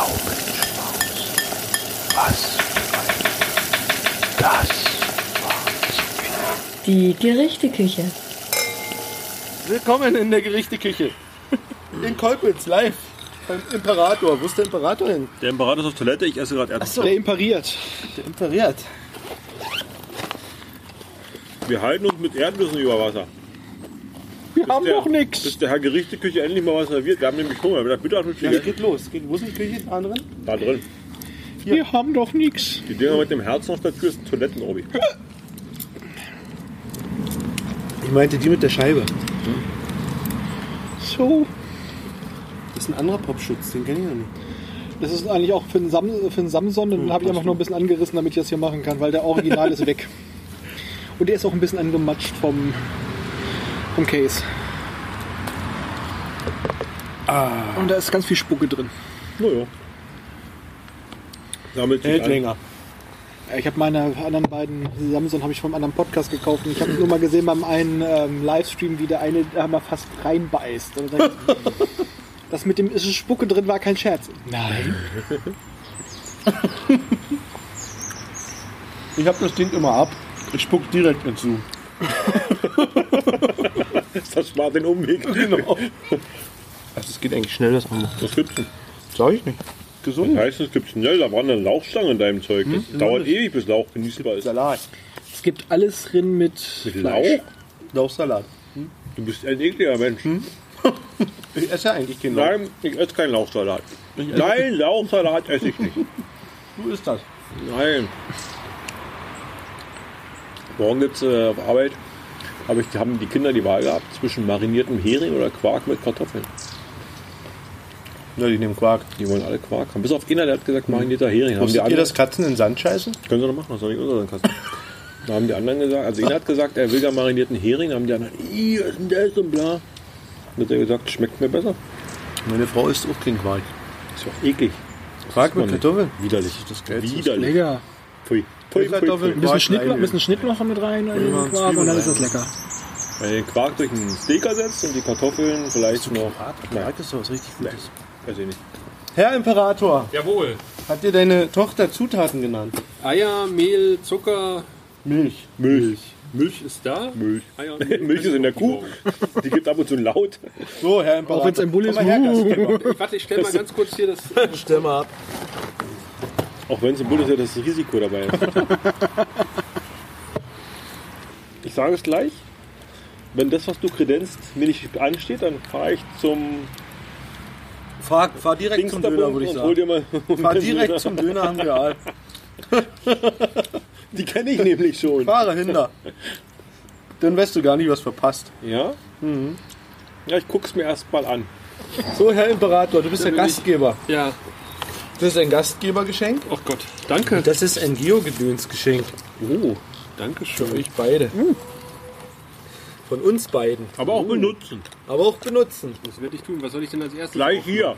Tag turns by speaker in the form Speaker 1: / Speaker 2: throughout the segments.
Speaker 1: Gaumenschmaus. Was für ein... Das war
Speaker 2: Die Gerichteküche.
Speaker 3: Willkommen in der Gerichteküche. In Kolpitz, live. Beim Imperator. Wo ist der Imperator hin?
Speaker 4: Der Imperator ist auf Toilette, ich esse gerade Erdbeeren.
Speaker 3: Der imperiert. Der imperiert.
Speaker 4: Wir halten uns mit Erdnüssen über Wasser.
Speaker 3: Wir haben
Speaker 4: der,
Speaker 3: noch
Speaker 4: Bis
Speaker 3: nichts.
Speaker 4: der Herr Gerichteküche endlich mal was serviert. Wir haben nämlich Hunger. Wir haben Mittag schon
Speaker 3: Ja, es
Speaker 4: steht
Speaker 3: geht los. Geht, wo ist die Küche? Da drin?
Speaker 4: da drin.
Speaker 3: Wir haben doch nichts.
Speaker 4: Die Dinger mit dem Herzen auf der Tür sind Toiletten, Obi.
Speaker 3: Ich meinte die mit der Scheibe.
Speaker 5: So,
Speaker 3: Das ist ein anderer Popschutz, den kenne ich noch nicht.
Speaker 5: das ist eigentlich auch für den, Sam für den Samson, den habe ich einfach nur ein bisschen angerissen, damit ich das hier machen kann, weil der Original ist weg. Und der ist auch ein bisschen angematscht vom, vom Case.
Speaker 3: Ah.
Speaker 5: Und da ist ganz viel Spucke drin.
Speaker 4: Naja. Damit
Speaker 3: Hält länger.
Speaker 5: Ja, Ich habe meine anderen beiden Samson habe ich vom anderen Podcast gekauft und ich habe nur mal gesehen beim einen ähm, Livestream, wie der eine da mal fast reinbeißt. Und dann- das mit dem ist Spucke drin war kein Scherz. Nein.
Speaker 3: Ich hab das Ding immer ab. Ich spuck direkt hinzu.
Speaker 4: Das spart den Umweg. Genau.
Speaker 1: Also es geht eigentlich schnell, das andere.
Speaker 4: Was gibt's denn?
Speaker 1: Sag ich nicht.
Speaker 4: Das
Speaker 3: Gesund.
Speaker 4: heißt, es gibt schnell, da war eine Lauchstange in deinem Zeug.
Speaker 3: Hm?
Speaker 4: Das dauert ewig, bis Lauch genießbar ist.
Speaker 3: Salat.
Speaker 5: Es gibt alles drin mit
Speaker 4: Mit Lauch?
Speaker 3: Lauchsalat.
Speaker 4: Du bist ein ekliger Mensch.
Speaker 3: Hm? Ich esse ja eigentlich keinen Lauch.
Speaker 4: Nein, ich esse keinen Lauchsalat. Nein, Lauchsalat esse ich nicht.
Speaker 3: Wo ist das?
Speaker 4: Nein. Morgen gibt es äh, auf Arbeit, hab ich, haben die Kinder die Wahl gehabt zwischen mariniertem Hering oder Quark mit Kartoffeln.
Speaker 3: Na, die nehmen Quark.
Speaker 4: Die wollen alle Quark haben. Bis auf einer, der hat gesagt, marinierter Hering. Haben die
Speaker 3: Musstet ihr
Speaker 4: anderen,
Speaker 3: das Katzen in den Sand scheißen?
Speaker 4: können sie noch machen, das ist noch nicht unser Sandkasten. Da haben die anderen gesagt, also einer hat gesagt, er will gar marinierten Hering, da haben die anderen, "Ih, was ist denn das und bla. Und Dann hat er gesagt, schmeckt mir besser.
Speaker 3: Meine Frau isst auch keinen Quark.
Speaker 4: Ist doch eklig.
Speaker 3: Quark
Speaker 4: man
Speaker 3: mit
Speaker 4: nicht.
Speaker 3: Kartoffeln?
Speaker 4: Widerlich.
Speaker 3: Das ist das Geilste.
Speaker 4: Widerlich.
Speaker 5: Lecker.
Speaker 4: Pfui. Pfui, pfui, pfui.
Speaker 3: Kartoffeln.
Speaker 5: Ein bisschen,
Speaker 3: Quark
Speaker 5: Schnittlo
Speaker 3: reinlegen.
Speaker 5: bisschen Schnittloch mit rein in
Speaker 3: Ja,
Speaker 5: den Quark und dann ist das
Speaker 3: Zwiebeln
Speaker 5: lecker.
Speaker 4: Wenn ihr den Quark durch einen Steak setzt und die Kartoffeln vielleicht noch. Nein,
Speaker 3: ist doch was richtig Gutes.
Speaker 4: weiß ich nicht.
Speaker 3: Herr Imperator,
Speaker 6: Jawohl.
Speaker 3: hat dir deine Tochter Zutaten genannt?
Speaker 6: Eier, Mehl, Zucker,
Speaker 3: Milch.
Speaker 4: Milch.
Speaker 6: Milch ist da.
Speaker 4: Milch.
Speaker 6: Eier,
Speaker 4: Milch ist in der Kuh. Die gibt ab und zu laut.
Speaker 3: So, Herr Imperator.
Speaker 5: Auch wenn's ein Bulle ist.
Speaker 3: Komm mal
Speaker 1: Uh.
Speaker 3: her, Gastgeber.
Speaker 6: Ich, warte, ich stelle mal ganz kurz hier das.
Speaker 3: Stell mal ab.
Speaker 4: Auch wenn es im Bull ist, ja das Risiko dabei. ich sage es gleich. Wenn das, was du kredenzt, mir nicht ansteht, dann fahre ich zum
Speaker 3: Fahr, fahr direkt zum Döner,
Speaker 4: Dingsterbund
Speaker 3: würde ich
Speaker 4: und hol
Speaker 3: sagen.
Speaker 4: dir mal.
Speaker 3: Fahr direkt zum Döner am Real.
Speaker 4: Die kenne ich nämlich schon.
Speaker 3: Fahre hinter. Dann weißt du gar nicht, was verpasst.
Speaker 4: Ja?
Speaker 3: Mhm.
Speaker 4: Ja, ich guck's mir erst mal an.
Speaker 3: So, Herr Imperator, du bist der Gastgeber.
Speaker 6: Ja,
Speaker 3: Das ist ein Gastgebergeschenk.
Speaker 6: oh Gott. Danke.
Speaker 1: Das ist ein Geo-Gedönsgeschenk
Speaker 4: Oh,
Speaker 1: für
Speaker 6: Dankeschön.
Speaker 1: euch beide.
Speaker 3: Hm.
Speaker 1: Von uns beiden.
Speaker 4: aber auch benutzen.
Speaker 1: Aber auch benutzen.
Speaker 6: Was werde ich tun? Was soll ich denn als erstes?
Speaker 4: Gleich hier.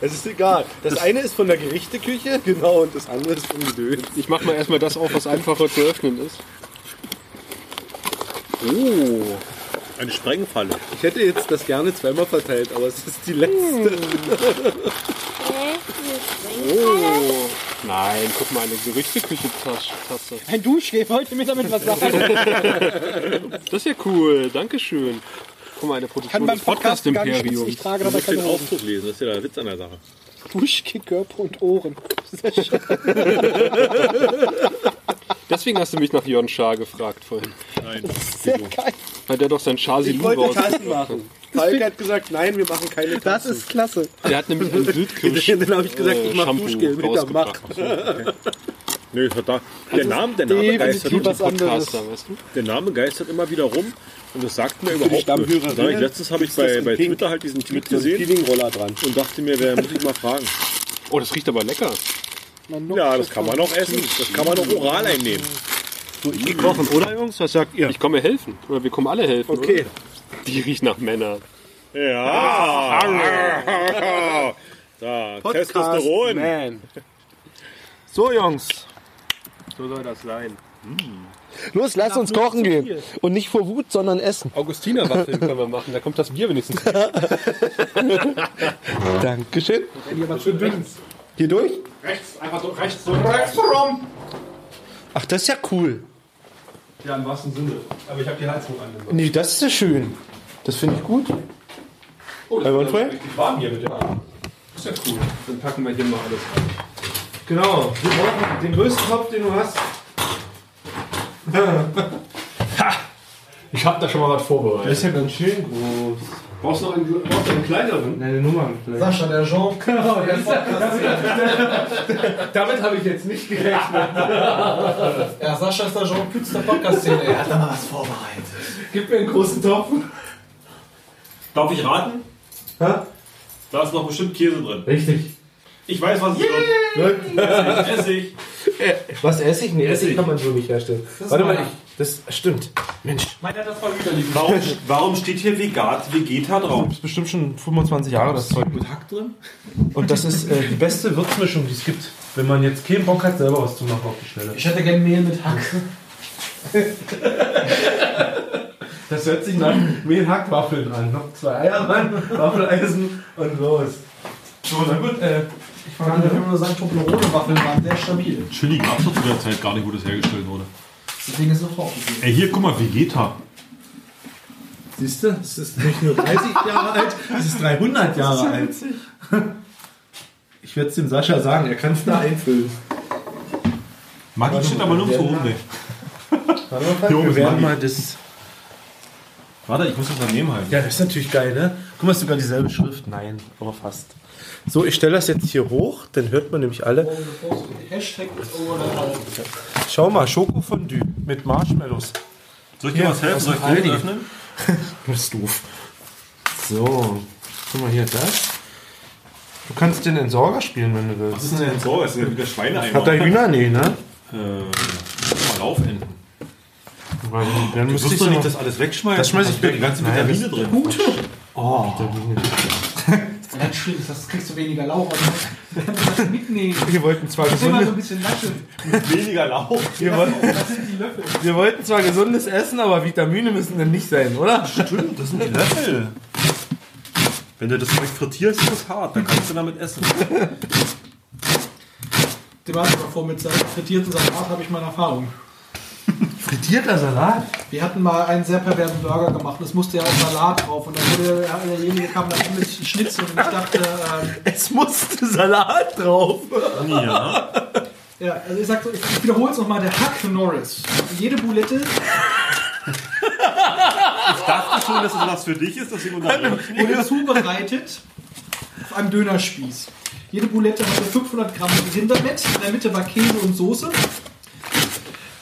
Speaker 1: Es ist egal. Das eine ist von der Gerichteküche, genau, und das andere ist vom Gedöns.
Speaker 6: Ich mach mal erstmal das auf, was einfacher zu öffnen ist.
Speaker 4: Oh, eine Sprengfalle.
Speaker 1: Ich hätte jetzt das gerne zweimal verteilt, aber es ist die letzte.
Speaker 3: Hm.
Speaker 6: Oh. Nein, guck mal, eine Gerüchteküche-Taste.
Speaker 5: Ein Duschgel wollte mir damit was sagen.
Speaker 6: Das ist ja cool. Dankeschön. Guck mal, eine
Speaker 5: Kann
Speaker 6: Produktion
Speaker 5: beim
Speaker 6: des
Speaker 5: Podcast gar nicht
Speaker 6: Podcast-Imperiums.
Speaker 5: Ich trage
Speaker 4: Du
Speaker 5: dabei
Speaker 4: musst den
Speaker 3: Genau.
Speaker 5: keine Hosen.
Speaker 4: Aufdruck lesen, das ist ja der Witz an der Sache.
Speaker 5: Duschgel, Körper und Ohren. Das ist ja schön.
Speaker 6: Deswegen hast du mich nach Jörn Schaar gefragt vorhin.
Speaker 4: Nein.
Speaker 5: Sehr geil.
Speaker 6: Weil der doch sein
Speaker 3: Ich
Speaker 6: Schasi-Lu
Speaker 3: wollte
Speaker 6: raus.
Speaker 3: Tassen machen. Falk hat gesagt, nein, wir machen keine
Speaker 5: Das
Speaker 3: Tassen.
Speaker 5: ist klasse.
Speaker 6: Der hat nämlich einen Wildkirsch.
Speaker 3: Dann habe ich gesagt,
Speaker 6: äh,
Speaker 3: ich mache
Speaker 6: Shampoo
Speaker 3: Duschgel mit der Macht.
Speaker 6: rausgebracht.
Speaker 4: Nee, das hat da, Also der, Name, der, Name geistert,
Speaker 5: definitiv was anderes.
Speaker 6: Podcaster, weißt du?
Speaker 4: der Name geistert immer wieder rum und das sagt mir überhaupt nichts.
Speaker 3: Stammhörerinnen
Speaker 4: Sag ich, Letztens habe ich
Speaker 3: gibt's das
Speaker 4: bei,
Speaker 3: in
Speaker 4: bei
Speaker 3: Pink
Speaker 4: Twitter halt diesen Tweet
Speaker 3: mit einem
Speaker 4: gesehen
Speaker 3: Peeling-Roller dran.
Speaker 4: und dachte mir, wer muss ich mal fragen?
Speaker 6: Oh, das riecht aber lecker.
Speaker 5: Man nutzt
Speaker 4: Ja,
Speaker 5: es
Speaker 4: das kann man auch essen, das kann man auch oral einnehmen.
Speaker 3: So, ich geh kochen, oder Jungs? Was sagt ihr?
Speaker 6: Ich komme helfen. Oder wir kommen alle helfen.
Speaker 3: Okay.
Speaker 6: Oder? Die riecht nach Männern.
Speaker 4: Ja! Da, Testosteron.
Speaker 3: Man. So, Jungs.
Speaker 6: So soll das sein.
Speaker 7: Los, lass uns kochen gehen. Und nicht vor Wut, sondern essen.
Speaker 6: Augustinerwaffeln können wir machen, da kommt das Bier wenigstens.
Speaker 7: Dankeschön. Hier durch?
Speaker 3: Rechts, einfach so rechts, so rechts rum.
Speaker 7: Ach, das ist ja cool.
Speaker 3: Ja, im wahrsten Sinne. Aber ich habe die Heizung angenommen.
Speaker 7: Nee, das ist ja schön. Das finde ich gut. Äh,
Speaker 3: Oh, das
Speaker 7: Einmal
Speaker 3: ist
Speaker 7: frei?
Speaker 3: richtig warm hier mit der Hand. Ist ja cool. Dann packen wir hier mal alles rein. Genau, wir brauchen den größten Topf, den du hast.
Speaker 6: Ich hab da schon mal was vorbereitet.
Speaker 3: ist ja ganz schön groß.
Speaker 6: Brauchst du noch einen, brauchst du einen kleineren?
Speaker 3: Deine Nummer vielleicht. Sascha, der Jean. Genau, der
Speaker 6: Damit habe ich jetzt nicht gerechnet.
Speaker 8: Ja, Sascha ist der Jean Pütz der Podcast-Szene. Er hat da mal was vorbereitet.
Speaker 3: Gib mir einen großen Topf.
Speaker 4: Darf ich raten?
Speaker 3: Ha?
Speaker 4: Da ist noch bestimmt Käse drin.
Speaker 3: Richtig.
Speaker 4: Ich weiß, was es yeah. wird. Essig.
Speaker 3: Was Essig? Nee, Essig,
Speaker 4: Essig.
Speaker 3: kann man so nicht herstellen. Warte mal, ich, das stimmt. Mensch,
Speaker 4: Meiner, das war wieder warum, warum steht hier Vegat, Vegeta drauf?
Speaker 3: das ist bestimmt schon 25 Jahre das Zeug.
Speaker 4: Mit Hack drin?
Speaker 3: Und das ist äh, die beste Würzmischung, die es gibt. Wenn man jetzt keinen Bock hat, selber was zu machen auf die Schnelle.
Speaker 8: Ich hätte gern Mehl mit Hack.
Speaker 3: Das hört sich nach Mehl-Hack-Waffeln an. Noch zwei Eier rein, Waffeleisen und los. So, na gut. Äh,
Speaker 8: Ich kann einfach nur sagen, Toblerone-Waffeln waren sehr stabil.
Speaker 4: Chili gab es zu der Zeit gar nicht, wo das hergestellt wurde.
Speaker 8: Deswegen ist es noch aufgegeben.
Speaker 4: Ey, hier, guck mal, Vegeta.
Speaker 3: Siehst du, es ist nicht nur 30 Jahre alt, es ist 300 Jahre alt. Ich werde es dem Sascha sagen, er kann es da einfüllen.
Speaker 4: Mag ich shit, aber nur so rum, ey. Jo,
Speaker 3: Wir
Speaker 4: das
Speaker 3: werden
Speaker 4: mag
Speaker 3: mal das.
Speaker 4: Warte, ich muss das daneben halten.
Speaker 3: Ja, das ist natürlich geil, ne? Guck mal, ist sogar dieselbe Schrift. Nein, aber fast. So, ich stelle das jetzt hier hoch, dann hört man nämlich alle.
Speaker 8: Hashtag ist äh, over the top.
Speaker 3: Schau mal, Schokofondue mit Marshmallows.
Speaker 4: Soll ich dir was helfen? Soll ich Aldi. öffnen?
Speaker 3: Das ist doof. So, guck mal hier, das. Du kannst den Entsorger spielen, wenn du willst.
Speaker 4: Was ist denn jetzt so? Das ist ja wieder Schweineeimer.
Speaker 3: Hat er Hühner? Nee, ne?
Speaker 4: äh, guck mal, Laufenden.
Speaker 3: Weil dann
Speaker 4: Du
Speaker 3: müsste ich
Speaker 4: wirst doch
Speaker 3: so
Speaker 4: nicht das alles wegschmeißen.
Speaker 3: Das schmeiß ich
Speaker 4: Da sind ja
Speaker 3: weg.
Speaker 4: Die ganze
Speaker 3: Nein,
Speaker 4: Vitamine drin.
Speaker 8: Das ist ganz schlimm, das kriegst du weniger Lauch. aber du kannst das mitnehmen.
Speaker 3: Wir wollten zwar
Speaker 8: Das ist immer so
Speaker 3: gesundes,
Speaker 8: ein bisschen lascheln.
Speaker 4: Weniger Lauch.
Speaker 3: wir wollten,
Speaker 8: Das sind die Löffel.
Speaker 3: wir wollten zwar gesundes Essen, aber Vitamine müssen dann nicht sein, oder?
Speaker 4: Stimmt, das sind die Löffel. Wenn du das Zeug frittierst, ist es hart. Dann kannst du damit essen.
Speaker 8: Dem hatten wir vor mit seinem frittierten Salat, habe ich meine Erfahrung.
Speaker 3: Frittierter Salat?
Speaker 8: Wir hatten mal einen sehr perversen Burger gemacht und es musste ja auch Salat drauf. Und dann wurde derjenige kam dann mit Schnitzel und ich dachte, ähm,
Speaker 3: Es musste Salat drauf.
Speaker 4: Ja.
Speaker 8: ja, also ich, sag so, ich- ich wiederhole es nochmal, der Hack Norris. Jede Bulette
Speaker 4: Dachte schon, dass es was für dich ist, deswegen unterbreche ich.
Speaker 8: wurde zubereitet auf einem Dönerspieß. Jede Boulette hatte 500 Gramm Rindermett, in der Mitte war Käse und Soße.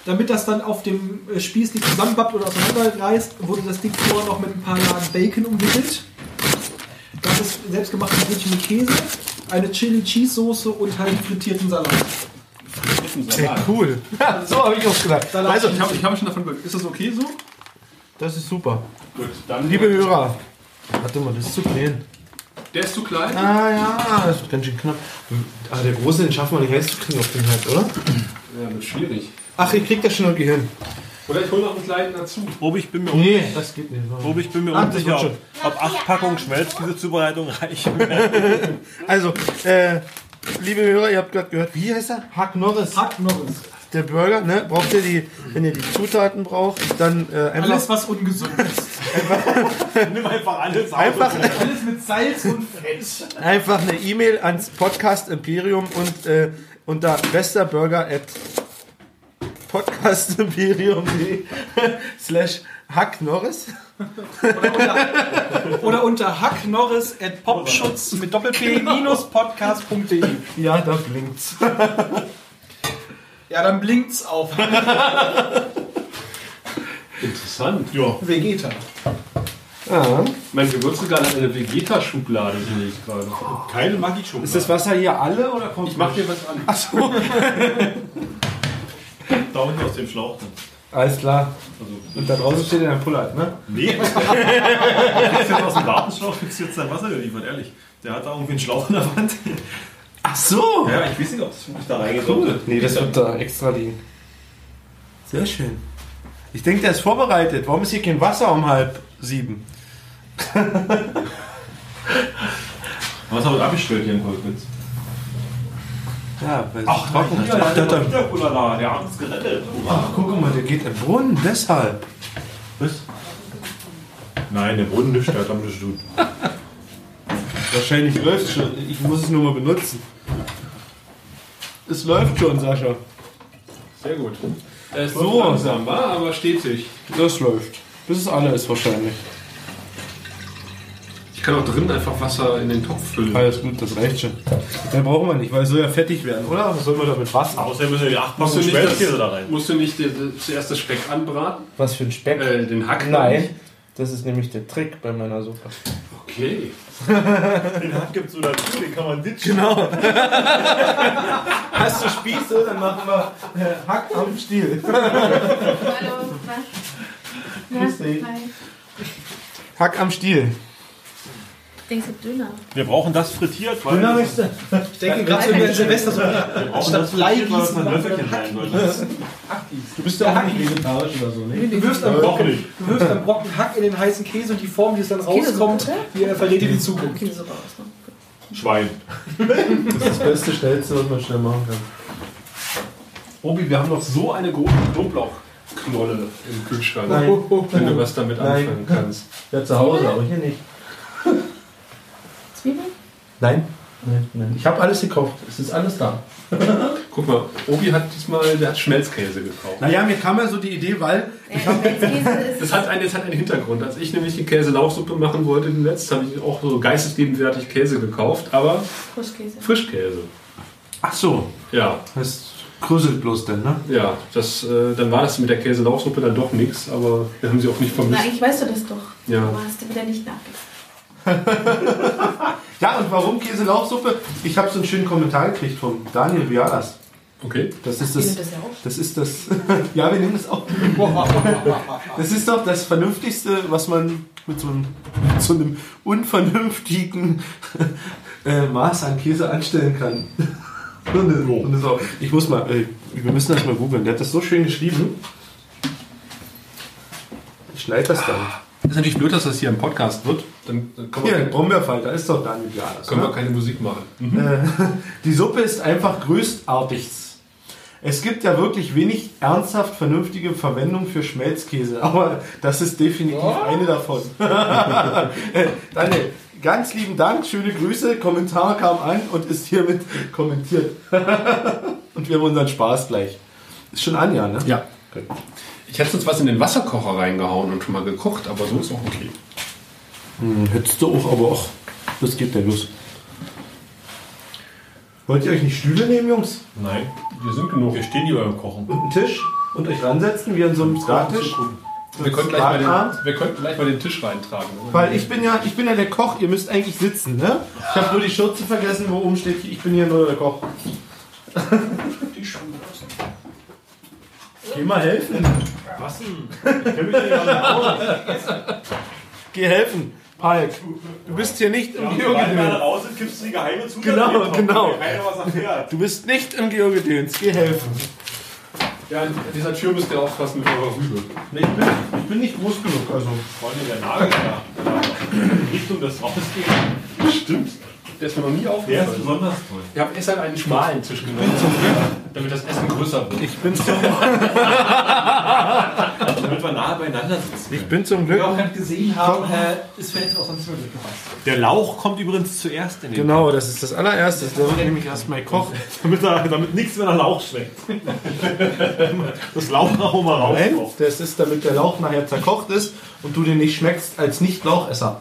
Speaker 8: Damit das dann auf dem äh, Spieß nicht zusammenbappt oder auseinanderreißt, wurde das Ding vorher noch mit ein paar Lagen Bacon umwickelt. Das ist selbstgemachtes Brötchen mit Käse, eine Chili-Cheese-Soße und halt frittierten Salat.
Speaker 3: Cool. Ja, so habe ich auch gedacht.
Speaker 8: Salat
Speaker 3: Also,
Speaker 8: ich
Speaker 3: hab-
Speaker 8: ich schon davon gehört. Ist das okay so?
Speaker 3: das ist super.
Speaker 6: Gut, dann
Speaker 3: Liebe Hörer. Warte mal, das ist zu klein.
Speaker 6: Der ist zu klein.
Speaker 3: Ah ja, das wird ganz schön knapp. Ah, der große, den schaffen wir nicht heiß zu kriegen auf den Hals, oder?
Speaker 6: Ja, wird schwierig.
Speaker 3: Ach, ich krieg das schon irgendwie hin.
Speaker 6: Oder ich hole noch einen kleinen dazu.
Speaker 4: Ob ich bin mir
Speaker 3: Nee, das geht nicht.
Speaker 4: Ob ich bin mir
Speaker 3: Ah, das
Speaker 4: unsicher,
Speaker 3: wird
Speaker 4: ob, ob acht Packungen schmelzt, diese Zubereitung reichen.
Speaker 3: Also, äh, liebe Hörer, ihr habt gerade gehört, wie heißt er? Hack Norris.
Speaker 8: Hack Norris.
Speaker 3: Der Burger, ne? Braucht ihr die, wenn ihr die Zutaten braucht, dann äh, einfach,
Speaker 8: Alles, was ungesund ist.
Speaker 4: Nimm einfach alles auf.
Speaker 3: einfach,
Speaker 8: Alles mit Salz und Fett.
Speaker 3: einfach eine E-Mail ans Podcast Imperium und äh, unter besterburger at podcastimperium.de slash Hack Norris.
Speaker 8: Oder unter hacknorris at popschutz mit doppelp-podcast.de.
Speaker 9: E.
Speaker 3: Ja, da blinkt's.
Speaker 8: Ja, dann blinkt's auf
Speaker 6: Interessant.
Speaker 8: Vegeta.
Speaker 6: Mein Gewürzregal hat eine Vegeta-Schublade, sehe ich gerade.
Speaker 4: Keine Maggi-Schokolade.
Speaker 3: Ist das Wasser hier alle oder kommt
Speaker 6: Ich mach dir was an.
Speaker 4: da unten aus dem Schlauch? drin.
Speaker 3: Alles klar. Also, Und da draußen steht ja ein Pullert, ne?
Speaker 4: Nee. das ist jetzt aus dem Gartenschlauch kriegst du jetzt dein Wasser geliefert, ehrlich. Der hat da irgendwie einen Schlauch in der Wand.
Speaker 3: Ach so!
Speaker 4: Ja, ich weiß nicht, ob es da reingekommen ist.
Speaker 3: Nee, das wird da extra liegen. Sehr schön. Ich denke, der ist vorbereitet. Warum ist hier kein Wasser um halb sieben?
Speaker 10: Was haben wir abgestellt hier in Kolkwitz?
Speaker 3: Ja, weil es trocken ist. Ach, der, hat doch-
Speaker 10: der Cooler da, der hat uns gerettet.
Speaker 3: ach, guck mal, der geht im Brunnen, deshalb.
Speaker 10: Was? Nein, der Brunnen nicht, der hat am nicht tun.
Speaker 3: Wahrscheinlich läuft schon. Ich muss es nur mal benutzen. Es läuft schon, Sascha.
Speaker 10: Sehr gut.
Speaker 3: Es so,
Speaker 10: Langsam war, aber stetig.
Speaker 3: das läuft. Bis es alle ist wahrscheinlich.
Speaker 10: Ich kann auch drin einfach Wasser in den Topf füllen.
Speaker 6: Halt.
Speaker 3: Alles gut, das reicht schon. Mehr brauchen wir nicht, weil es soll ja fettig werden, oder? Was soll man damit Wasser?
Speaker 10: Außerdem müssen wir die acht
Speaker 6: Musst du,
Speaker 10: Packungen
Speaker 6: nicht das,
Speaker 10: Schmelzkäse da rein.
Speaker 6: musst du nicht das- das erste Speck anbraten?
Speaker 8: Was für ein Speck?
Speaker 6: Äh, den Hack?
Speaker 8: Nein, das ist nämlich der Trick bei meiner Suppe.
Speaker 6: Okay.
Speaker 10: Den Hack gibt's so dazu, den kann man ditchen.
Speaker 3: Hast du Spieße, dann machen wir äh, Hack am Stiel.
Speaker 11: Hallo.
Speaker 3: Grüß dich. Hack am Stiel.
Speaker 11: Denkst du Döner?
Speaker 10: Wir brauchen das frittiert, weil
Speaker 3: möchte.
Speaker 9: Ich denke gerade so über den Silvester so,
Speaker 10: wir brauchen
Speaker 9: Statt
Speaker 10: das
Speaker 9: Blei
Speaker 10: frittiert, weil das ein
Speaker 9: gießen,
Speaker 10: Löffelchen sein sollte.
Speaker 3: Du bist ja auch nicht vegetarisch oder so, ne?
Speaker 9: du wirfst am
Speaker 10: Doch
Speaker 9: Brocken,
Speaker 10: nicht.
Speaker 9: du wirfst am Brocken Hack in den heißen Käse und die Form, die es dann rauskommt, die äh, verrät dir die Zukunft.
Speaker 11: Käsesuppe aus. Ne?
Speaker 10: Schwein.
Speaker 3: Das ist das Beste, Schnellste, was man schnell machen kann.
Speaker 6: Obi, wir haben noch so eine große Knoblauchknolle im Kühlschrank, wenn du was damit
Speaker 3: Nein.
Speaker 6: anfangen kannst.
Speaker 3: Ja, zu Hause, aber hier nicht.
Speaker 11: Zwiebeln?
Speaker 3: Nein. Nein, nein. Ich habe alles gekauft. Es ist alles da.
Speaker 6: Guck mal, Obi hat diesmal, der hat Schmelzkäse gekauft.
Speaker 3: Naja, mir kam ja so die Idee, weil
Speaker 11: Ja, Käse ist
Speaker 6: Das hat, einen, das hat einen Hintergrund. Als ich nämlich die Käse-Lauchsuppe machen wollte, den letzten, habe ich auch so geistesgegenwärtig Käse gekauft, aber
Speaker 11: Frischkäse.
Speaker 6: Frischkäse.
Speaker 3: Ach so,
Speaker 6: Ja,
Speaker 3: das krüsselt bloß denn, ne?
Speaker 6: ja. Das, äh, dann war das mit der Käse-Lauchsuppe dann doch nichts, aber wir haben sie auch nicht
Speaker 11: Na,
Speaker 6: vermisst.
Speaker 11: eigentlich weißt du das doch.
Speaker 6: Ja.
Speaker 11: Aber hast du wieder nicht nachgedacht.
Speaker 3: Ja, und warum Käselauchsuppe? Ich habe so einen schönen Kommentar gekriegt von Daniel Vialas.
Speaker 6: Okay.
Speaker 3: Das ist
Speaker 11: Die nimmt
Speaker 3: das.
Speaker 11: das ja auch.
Speaker 3: Das ist das. ja, wir nehmen das auch. Das ist doch das Vernünftigste, was man mit so einem, mit so einem unvernünftigen äh, Maß an Käse anstellen kann. Und eine- und eine Sau. Ich muss mal, äh, wir müssen das mal googeln. Der hat das so schön geschrieben. Ich schneide das dann.
Speaker 6: Ist natürlich blöd, dass das hier im Podcast wird. Dann, dann können,
Speaker 3: Hier,
Speaker 6: wir,
Speaker 3: ein Brombeerfall, da ist doch Daniel Bialas.
Speaker 6: können
Speaker 3: ne?
Speaker 6: wir keine Musik machen.
Speaker 3: Die Suppe ist einfach größtartigst. Es gibt ja wirklich wenig ernsthaft vernünftige Verwendung für Schmelzkäse, aber das ist definitiv eine davon. Äh, Daniel, ganz lieben Dank, schöne Grüße, Kommentar kam an und ist hiermit kommentiert. und wir haben unseren Spaß gleich. Ist schon Anja, ne?
Speaker 6: Ja. Ich hätte sonst was in den Wasserkocher reingehauen und schon mal gekocht, aber so ist auch okay.
Speaker 3: Hättest du auch, aber auch. Das geht ja los. Wollt ihr euch nicht Stühle nehmen, Jungs?
Speaker 10: Nein, wir sind genug. Wir stehen hier beim Kochen.
Speaker 3: Und einen Tisch und euch ransetzen, wie an so einem Skat-Tisch?
Speaker 6: Wir könnten gleich, mal
Speaker 3: Abend?
Speaker 6: den, wir könnten gleich mal den Tisch reintragen.
Speaker 3: Weil ich bin ja, ich bin ja der Koch, ihr müsst eigentlich sitzen, ne? Ich habe nur die Schürze vergessen, wo oben steht, ich bin hier nur der Koch. Geh mal helfen.
Speaker 10: Was denn? Ich kenn mich nicht alle aus.
Speaker 3: Geh helfen, Palk. Du bist hier nicht im Georgedöns.
Speaker 10: raus sind, kippst du die geheime Zutat.
Speaker 3: Genau, genau.
Speaker 10: Keiner was erfährt.
Speaker 3: Du bist nicht im Georgedöns. Geh helfen.
Speaker 6: Ja, an dieser Tür müsst ihr aufpassen mit eurer Rübe.
Speaker 3: Ich bin nicht groß genug, also.
Speaker 6: Vor allem der Nagel da. da.
Speaker 10: um
Speaker 6: Richtung des Raumes gehen. Stimmt. Der ist mir noch nie
Speaker 10: Der ist
Speaker 6: aufgefallen.
Speaker 10: besonders toll.
Speaker 6: Ich habe gestern einen schmalen Tisch genommen, damit das Essen größer wird.
Speaker 3: Ich bin zum,
Speaker 10: Damit wir nahe beieinander sitzen.
Speaker 3: ich bin zum
Speaker 9: Wie wir
Speaker 3: Glück.
Speaker 9: auch gerade gesehen haben, äh, es fällt auch sonst wirklich was.
Speaker 10: Der Lauch kommt übrigens zuerst in den
Speaker 3: Genau, das ist das allererste. Da wird nämlich erstmal Koch.
Speaker 10: damit, er, damit nichts mehr nach Lauch schmeckt. das Laucharoma
Speaker 3: Nein,
Speaker 10: rauskommt.
Speaker 3: das ist, damit der Lauch nachher zerkocht ist und du den nicht schmeckst als Nicht-Lauchesser.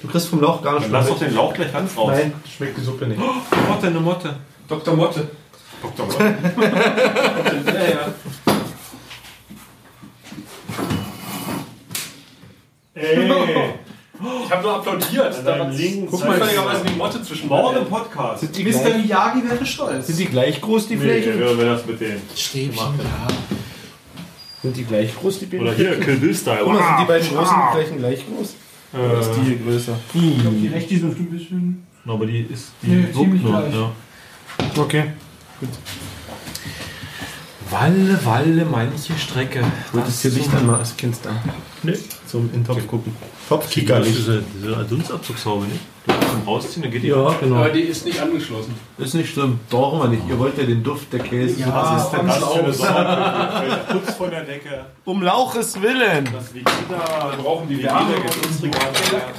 Speaker 3: Du kriegst vom Lauch gar nicht
Speaker 10: Dann lass
Speaker 3: mehr
Speaker 10: doch
Speaker 3: mit.
Speaker 10: den Lauch gleich ganz raus.
Speaker 3: Nein, schmeckt die Suppe nicht.
Speaker 4: Motte, eine Motte.
Speaker 6: Dr. Motte.
Speaker 10: Dr. Motte.
Speaker 6: Ja, ja.
Speaker 10: Ey,
Speaker 6: Ich habe nur applaudiert. Da
Speaker 10: deinem
Speaker 6: war-
Speaker 10: linken
Speaker 6: Guck
Speaker 10: Zeig-
Speaker 6: mal, völligerweise die Motte zwischen
Speaker 10: morgen
Speaker 6: Morgen.
Speaker 10: im Podcast.
Speaker 3: Sind die
Speaker 9: Mr.
Speaker 3: gleich,
Speaker 9: Miyagi wäre stolz.
Speaker 3: sind die gleich groß, die Flächen?
Speaker 10: wir das mit denen.
Speaker 3: Sind die gleich groß, die
Speaker 10: Oder
Speaker 3: Bildflächen?
Speaker 10: hier, Kill Bill Style.
Speaker 3: Guck mal, sind die beiden großen Flächen gleich groß? Oder ist die hier
Speaker 10: Äh.
Speaker 3: größer? Hm.
Speaker 9: Die rechte sind ein bisschen.
Speaker 10: aber die ist
Speaker 3: ne?
Speaker 9: Nee, ziemlich gleich.
Speaker 10: ja.
Speaker 3: Okay.
Speaker 5: Walle, Walle, manche Strecke.
Speaker 4: Wolltest du
Speaker 5: Das
Speaker 4: Licht
Speaker 5: so-
Speaker 4: anmachen? Ist Kind da? Nee, zum in den Topf gucken. Topfkicker
Speaker 5: Licht.
Speaker 4: Diese, diese Dunstabzugshaube, nicht? Die zum Rausziehen, dann geht die
Speaker 5: Ja,
Speaker 4: ab.
Speaker 5: genau.
Speaker 6: Aber die ist nicht angeschlossen.
Speaker 3: Ist nicht schlimm, brauchen wir nicht. Ihr wollt ja den Duft der Käse.
Speaker 6: Ja, Was ist denn das für eine
Speaker 4: Sorge? Putz von der Decke.
Speaker 3: Um Lauches Willen.
Speaker 4: Das Vegeta. Wir brauchen die
Speaker 8: Ja,
Speaker 4: Vegeta. gibt uns Regale.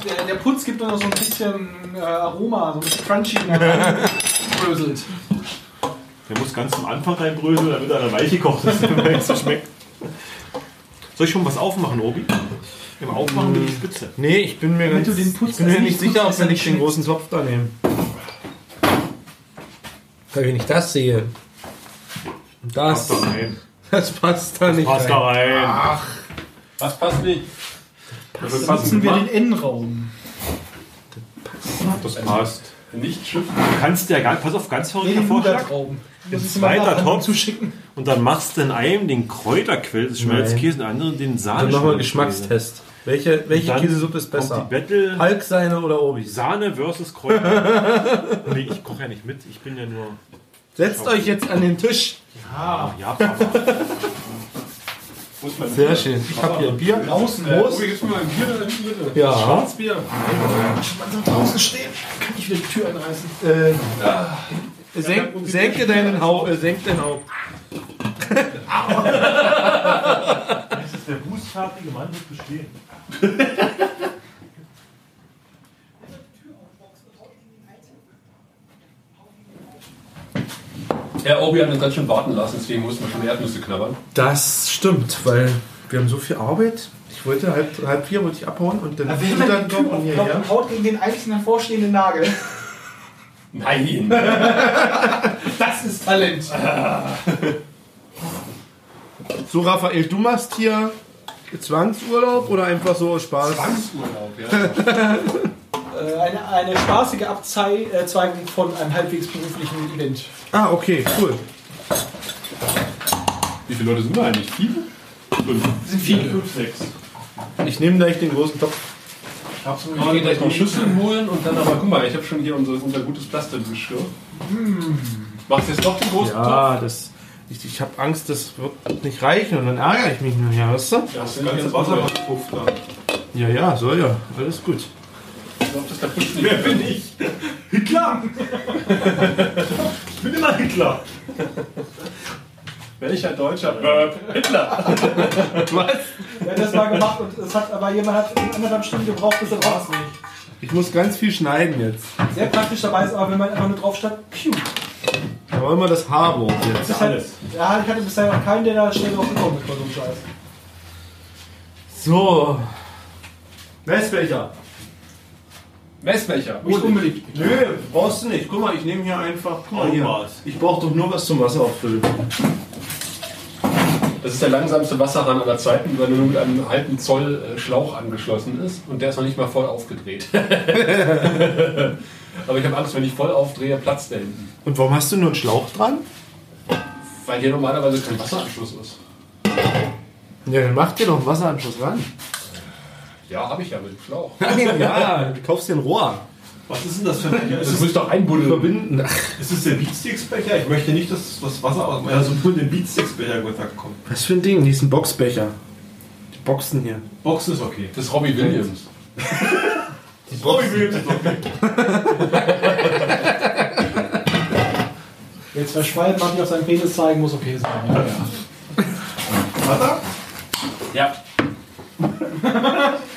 Speaker 8: Der, der, der Putz gibt doch noch so ein bisschen äh, Aroma, so ein bisschen crunchy. in der Pfanne. Bröselt.
Speaker 4: Der muss ganz am Anfang reinbröseln, damit er dann weich gekocht ist, damit es so schmeckt. Soll ich schon was aufmachen, Obi? Im Aufmachen bin ich spitze.
Speaker 5: Nee, ich bin mir,
Speaker 8: Wenn
Speaker 5: ganz,
Speaker 8: du den putzt,
Speaker 5: ich bin mir
Speaker 8: also
Speaker 5: nicht
Speaker 8: nicht putzt,
Speaker 5: sicher, ob
Speaker 8: ist
Speaker 5: wir
Speaker 8: ja
Speaker 5: nicht den
Speaker 8: nicht
Speaker 5: großen Zopf da nehmen. Weil wenn ich das sehe, das,
Speaker 4: Passt da rein.
Speaker 5: das passt da nicht
Speaker 4: Passt da
Speaker 5: rein.
Speaker 4: rein.
Speaker 10: Ah,
Speaker 6: Was passt nicht?
Speaker 8: Dann nutzen wir den N-Raum.
Speaker 4: Das passt.
Speaker 6: Nicht Schiff.
Speaker 4: Du kannst ja gar pass auf, ganz verrückter
Speaker 8: den
Speaker 4: Vorschlag.
Speaker 8: Nudeltraum.
Speaker 4: Ein
Speaker 8: Muss ich mal
Speaker 4: zweiter
Speaker 8: nachher
Speaker 4: Topf.
Speaker 8: zuschicken.
Speaker 4: Und dann machst du in einem den Kräuterquill, das Schmelzkäse, und anderen den Sahne.
Speaker 5: Dann machen wir einen Geschmackstest. Welche, welche
Speaker 4: Dann
Speaker 5: Käsesuppe ist besser?
Speaker 4: Kommt die Battle
Speaker 5: Hulk seine oder Obis?
Speaker 4: Sahne versus Kräuter. nee, ich koche ja nicht mit, ich bin ja nur
Speaker 5: Setzt euch jetzt an den Tisch.
Speaker 4: ah. Japaner.
Speaker 6: Muss man
Speaker 5: Sehr schön. Ich habe hier ein Bier.
Speaker 6: Draußen äh, Obi, gibst du mir mal ein Bier oder ein Bier?
Speaker 5: Ja.
Speaker 6: Schwarzbier.
Speaker 8: Langsam draußen stehen. Kann ich wieder die Tür einreißen.
Speaker 5: Äh, senk, senke deinen Haupt. Äh, senk deinen Haupt.
Speaker 4: Der bußfertige Mann wird bestehen.
Speaker 6: Ja, Obi hat uns ganz schön warten lassen, deswegen mussten wir schon Erdnüsse knabbern.
Speaker 5: Das stimmt, weil
Speaker 3: Wir haben so viel Arbeit. Ich wollte halb, halb vier wollte ich abhauen und dann
Speaker 8: Wenn
Speaker 3: du
Speaker 8: man die
Speaker 3: dann
Speaker 8: Tür
Speaker 3: doch
Speaker 8: aufklappt
Speaker 3: hierher.
Speaker 8: und haut gegen den einzelnen vorstehenden Nagel.
Speaker 6: Nein!
Speaker 8: Das ist Talent.
Speaker 3: So, Raphael, du machst hier Zwangsurlaub oder einfach so aus Spaß?
Speaker 6: Zwangsurlaub, ja.
Speaker 8: Äh, eine, eine spaßige Abzweigung von einem halbwegs beruflichen Event.
Speaker 3: Ah, okay, cool.
Speaker 6: Wie viele Leute sind da eigentlich? Viele? Fünf.
Speaker 8: Sind viele.
Speaker 6: Sechs.
Speaker 3: Ich nehme gleich den großen Topf.
Speaker 6: Ich hab's mir gerade gleich noch Schüsseln holen und dann aber, guck mal, ich habe schon hier unser, unser gutes Plastikgeschirr. Hm. Machst jetzt doch den großen Topf?
Speaker 3: Ja, das. Ich, ich habe Angst, das wird nicht reichen und dann ärgere ich mich nur hier, weißt du?
Speaker 6: Das ganze Wasser
Speaker 4: verpufft da.
Speaker 3: Ja, ja, soll ja. Alles gut.
Speaker 6: Ich glaub, das da pusht nicht. Wer bin ich?
Speaker 4: Hitler! ich bin immer Hitler.
Speaker 6: Welcher Deutscher? Äh, Hitler!
Speaker 8: Wir haben das mal gemacht und es hat aber jemand hat anderthalb Stunden gebraucht, bis er raus war.
Speaker 3: Ich muss ganz viel schneiden jetzt.
Speaker 8: Sehr praktisch dabei ist aber, wenn man einfach nur drauf stand, piu.
Speaker 3: Da wollen wir das Haar brauchen jetzt.
Speaker 8: Das hat, ja, ich hatte bisher noch keinen, der da schnell drauf gekommen ist bei so einem Scheiß.
Speaker 3: So. Messbecher.
Speaker 6: Messbecher.
Speaker 8: Nicht unbedingt.
Speaker 3: Nö, brauchst du nicht. Guck mal, ich nehme hier einfach. Guck mal hier.
Speaker 4: Augenmaß.
Speaker 3: Ich brauche doch nur was zum Wasser auffüllen.
Speaker 6: Das ist der langsamste Wasserhahn aller Zeiten, weil er nur mit einem halben Zoll äh, Schlauch angeschlossen ist und der ist noch nicht mal voll aufgedreht. Aber ich habe Angst, wenn ich voll aufdrehe, platzt der hinten.
Speaker 3: Und warum hast du nur einen Schlauch dran?
Speaker 6: Weil hier normalerweise kein Wasseranschluss ist.
Speaker 3: Ja, dann mach dir doch einen Wasseranschluss ran.
Speaker 6: Ja, habe ich ja mit dem Schlauch.
Speaker 3: ja, du kaufst dir ein Rohr.
Speaker 4: Was ist denn das für ein Becher? Ist es,
Speaker 6: Das muss Also, doch einbuddeln.
Speaker 3: Verbinden.
Speaker 4: ist es der Beatsteaks-Becher? Ich möchte nicht, dass das Wasser aus meiner Symptom den Beatsteaks-Becher kommt.
Speaker 3: Was für ein Ding? Die ist ein Boxbecher. Die Boxen hier.
Speaker 4: Boxen ist okay.
Speaker 6: Das ist Robbie Williams.
Speaker 8: Jetzt verschweigen, man die auf seinen Penis zeigen muss, okay sein. Ja, ja.
Speaker 6: Ja.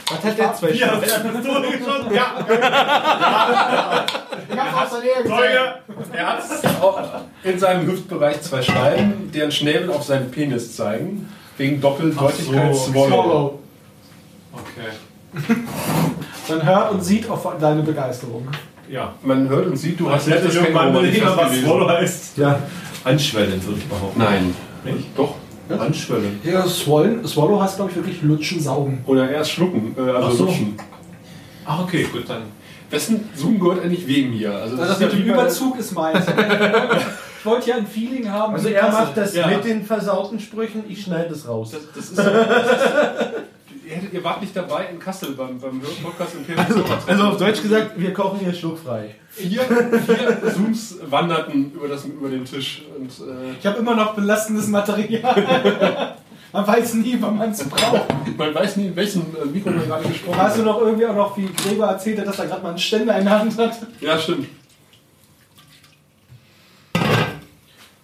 Speaker 3: Was hat der zwei
Speaker 4: Ja, wer hat eine Pistole geschossen? Ja,
Speaker 8: Ich hab's aus der Nähe gesehen.
Speaker 4: Zeuge!
Speaker 6: Er hat in seinem Hüftbereich zwei Scheiben, deren Schnäbel auf seinen Penis zeigen. Wegen Doppeldeutigkeit
Speaker 4: Ach so,
Speaker 6: Swallow.
Speaker 8: Swallow.
Speaker 4: Okay.
Speaker 8: Man hört und sieht auf deine Begeisterung.
Speaker 4: Ja.
Speaker 6: Man hört und sieht, du hast
Speaker 4: Als hätte
Speaker 6: das
Speaker 4: irgendwann
Speaker 6: Känguru
Speaker 4: mal
Speaker 6: nicht
Speaker 4: nicht was
Speaker 6: gelesen.
Speaker 4: Swallow heißt.
Speaker 3: Ja.
Speaker 4: Anschwellen, würde ich behaupten.
Speaker 6: Nein.
Speaker 4: Nicht?
Speaker 6: Doch.
Speaker 4: Anschwellen.
Speaker 8: Ja, Swallen, Swallow heißt, glaube ich, wirklich lutschen, saugen.
Speaker 6: Oder erst schlucken, äh, also
Speaker 4: Ach so.
Speaker 6: lutschen.
Speaker 4: Ah, okay, gut, dann.
Speaker 6: Wessen Zoom gehört eigentlich wem hier? Also
Speaker 8: Also das
Speaker 6: ist
Speaker 8: mit dem
Speaker 6: ja wie bei-
Speaker 8: Überzug ist meins. Ich wollte ja ein Feeling haben.
Speaker 3: Also er macht das
Speaker 4: Ja.
Speaker 3: mit den versauten Sprüchen, ich schneide es raus.
Speaker 6: Das, das ist, das ist, ihr hättet- ihr ihr wart nicht dabei in Kassel beim, beim Podcast und
Speaker 3: Also, also auf Deutsch gesagt, wir kochen hier schluckfrei.
Speaker 6: Vier, vier Zooms wanderten über, das, über den Tisch. Und, äh,
Speaker 9: Ich habe immer noch belastendes Material. man weiß nie, wann man es braucht.
Speaker 6: man weiß nie, in welchem äh, Mikro man gerade gesprochen
Speaker 9: Hast du
Speaker 6: hat.
Speaker 9: noch irgendwie auch noch, wie Gregor erzählt hat, dass er gerade mal einen Ständer in der Hand hat?
Speaker 6: Ja, stimmt.